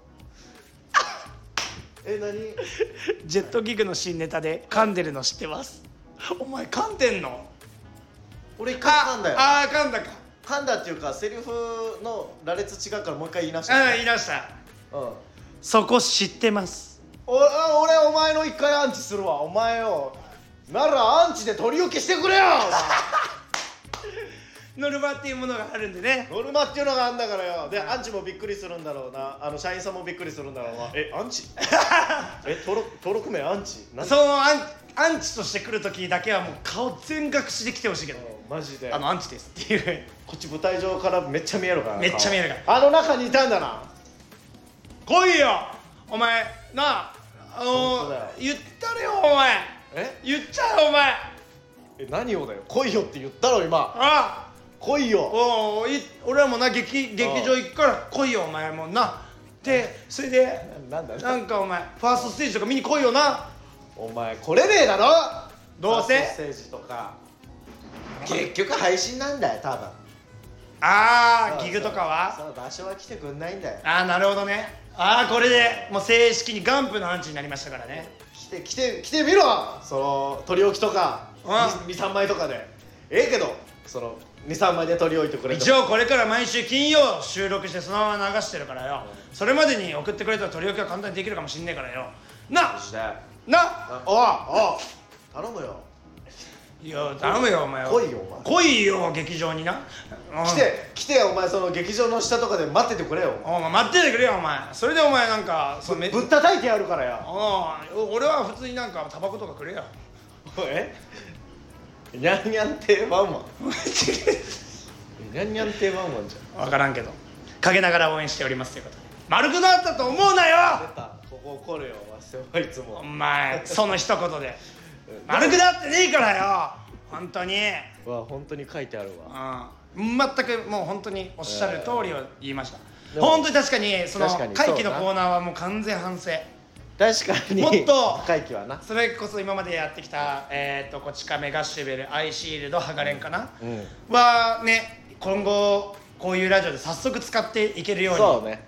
え何
ジェットギグの新ネタで噛んでるの知ってますお前噛んでんの
俺一回噛んだよ
ああー噛んだか
噛んだっていうかセリフの羅列違うからもう一回言い直し
あ
た
あ言い出した
うん
そこ知ってます
おあ俺お前の一回アンチするわお前よならアンチで取り置きしてくれよ
ノルマっていうものがあるんでね
お前ノルマっていうのがあんだからよでアンチもびっくりするんだろうなあの社員さんもびっくりするんだろうなえア ンチえ登録登録名アンチなん
そのアンアンチとして来る時だけはもう顔全隠しで来てほしいけど
マジで
あのアンチですっていう
こっち舞台上からめっちゃ見えるからな
めっちゃ見えるから
あの中にいたんだな
来いよお前なああ
本当だよ
の言ったれよお前
え
言っちゃえよお前
え何をだよ来いよって言ったろ今
ああ
来いよ
おうい俺らもな劇劇場行くから来いよお前もなでそれで
なんだ
なんかお前ファーストステージとか見に来いよな
お前来れねえだろ
どうせ
ファーストステージとか結局配信なんだよ多分
あ
そ
あ
う
ギグとかは
そう場所は来てくんないんだよ
ああなるほどねああこれでもう正式にガンプのアンチになりましたからね
来て来て来てみろその取り置きとか
うん
23枚とかでええけどその23枚で取り置いてくれて
一
も
応これから毎週金曜収録してそのまま流してるからよそれまでに送ってくれたら取り置きは簡単にできるかもしんねえからよな
マジであ
な
おうおう頼むよ
いや頼むよお前は
来いよお
来
前
いよ劇場になうん
来て来てお前その劇場の下とかで待っててくれよ
お前待っててくれよお前それでお前なんかそうめ
ぶったたいてやるからよ
おう俺は普通になんかタバコとかく れよ
えにゃんにゃん亭ワンワンにゃんにゃん亭ワンワンじ
分からんけど陰ながら応援しておりますということで丸くなったと思うなよ
ゃん出たここ怒るよわせはいつ
お
も
前その一言 で丸くなってねえからよ本当に
わ本当に書いてあるわ
うん全くもう本当におっしゃる通りを言いました、
でも
本当に確かにその
確かに
会期の
そうだな
コーナーはもう完全反省
確かに
もっと
会期はな
それこそ今までやってきた「えー、とこち亀ガッシュベルアイシールドハガレン」かな、
うん
はね今後こういうラジオで早速使っていけるように
そうね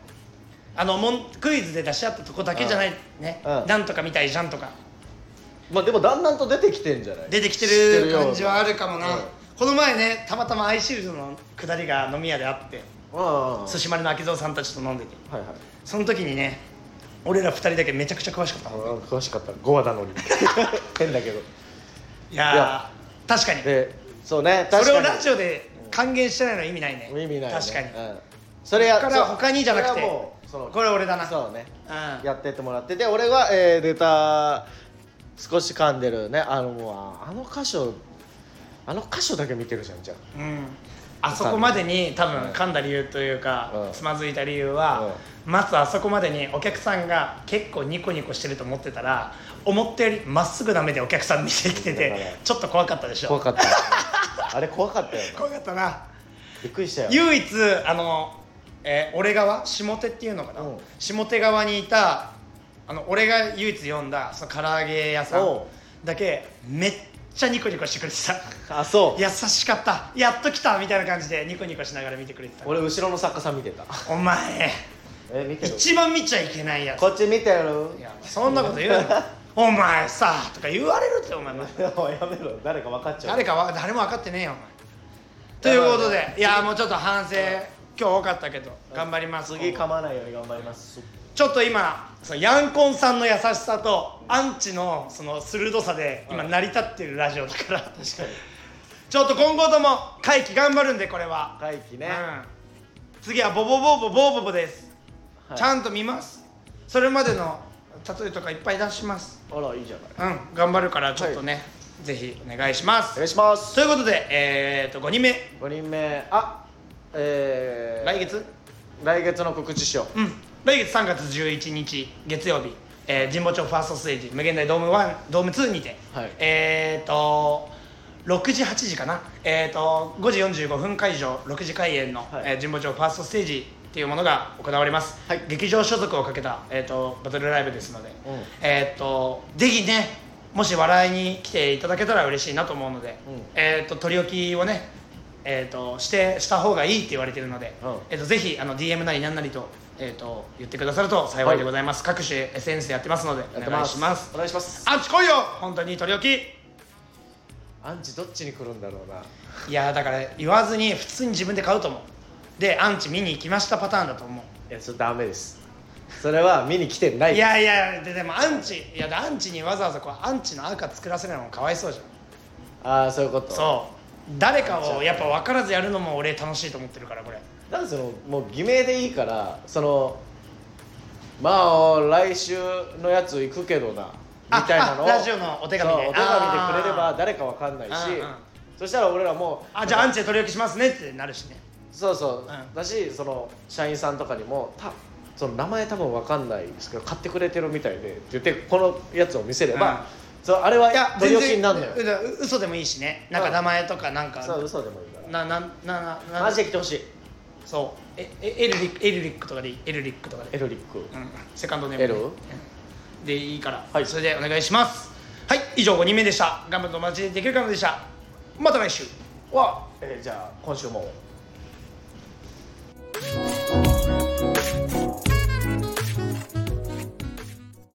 あのもんクイズで出し合ったとこだけじゃないね、
うん
なんとかみたいじゃんとか
まあでもだんだんと出てきてんじゃない
出てきて
知って
る
ような
感じはあるかもな、
うん
この前ねたまたまアイシールドの下りが飲み屋であって
ああ
寿司丸の秋蔵さんたちと飲んでて
はいはい
その時にね俺ら二人だけめちゃくちゃ詳しかった
あ
の
の詳しかった5話なの に変だけど
いやー
いや
確かに
でそうね
それ
確か
を
に
ラジオで還元してないのは意味ないね
意味ない、ね、
確かに、
うん、それや
これは他にじゃなくて
それはもうその
これ俺だな
そうね
うん
やってってもらってで俺が、えー、出た少し噛んでるねあのもうあの箇所あの箇所だけ見てるじゃんじゃあ
うんあそこまでに多分噛んだ理由というか、
うん
つまずいた理由は、まずあそこまでにお客さんが結構ニコニコしてると思ってたら思ったよりまっすぐな目でお客さん見てきて
だから
てちょっと怖かったでしょ
怖かったあれ怖かったよ
怖かったな
びっくりしたよ
唯一あの、えー俺側下手っていうのかな、
うん
下手側にいたあの俺が唯一読んだその唐揚げ屋さん
お
だけめっちゃニコニコしてくれてた
あそう
優しかったやっと来たみたいな感じでニコニコしながら見てくれてた
俺後ろの作家さん見てた
お前
え見てる
一番見ちゃいけないやつ
こっち見てる
いやそんなこと言う なお前さとか言われるってお前
おいやめろ 誰か分かっちゃう
誰かわ誰も分かってねえよお前ということでいやもうちょっと反省今日多かったけど頑張ります
次噛まないように頑張ります
ちょっと今そのヤンコンさんの優しさとアンチのその鋭さで今
うん
成り立ってるラジオだから確かに
確かに
ちょっと今後とも回帰頑張るんでこれは、
回帰ね、
うん、次はボボボボボボボです、
はい
ちゃんと見ますそれまでの例えとかいっぱい出します
あらいいじゃない
うん頑張るからちょっとね、ぜひお願いしま
お
す
願いします
ということでえー、と5人目
5人目あえー、
来月
来月の告知しよう
うん、来月3月11日月曜日、えー、神保町ファーストステージ無限大ドーム1ドーム2にて、
はい
えっ、と6時8時かな、えー、と5時45分会場6時開演の、
はい
えー神保町ファーストステージっていうものが行われます、
はい
劇場所属をかけた、えー、とバトルライブですので、
うん
えっ、とぜひねもし笑いに来ていただけたら嬉しいなと思うので、
うん
えっ、と取り置きをねえー、としてした方がいいって言われてるので、
うん
えっとぜひあの DM なりなんなりと,、えっと言ってくださると幸いでございます、各種 SNS でやってますので
やって
お願
ま
い
す
します
お願いします
アンチ来いよ本当に取り置き
アンチどっちに来るんだろうない
やーだから言わずに普通に自分で買うと思うでアンチ見に行きましたパターンだと思う
いやそれダメですそれは見に来てない
いやいやででもアンチいやでアンチにわざわざこうアンチの赤作らせないのもかわいそうじゃん
ああそういうこと
そう誰かをやっぱ分からずやるのも俺楽しいと思ってるからこれ
うだからそのもう偽名でいいからそのまあ来週のやつ行くけどな
あ
みたいなのを
あラジオのお手紙で
そうお手紙でくれれば誰かわかんないし
うんうん
そしたら俺らも
あじゃあアンチで取り置きしますねってなるしね
そうそう、
うん
だしその社員さんとかにもたその名前多分わかんないですけど買ってくれてるみたいでって言ってこのやつを見せれば、
うん
そうあれはい
や
取り
全
置きに
然
なるのよ
うだう嘘でもいいしねなん
う
か
ん
名前とかなんか
そう嘘でもいいから
なななな
マジで来てほしい
そうええエルリックエルリックとかでいいエルリックとかで
エルリック
うんセカンドネーム
エ
で
ル
うんでいいから、
はい
それでお願いしますはい以上5人目でした頑張ってお待ちできるかもでしたまた来週
は、えーじゃあ今週も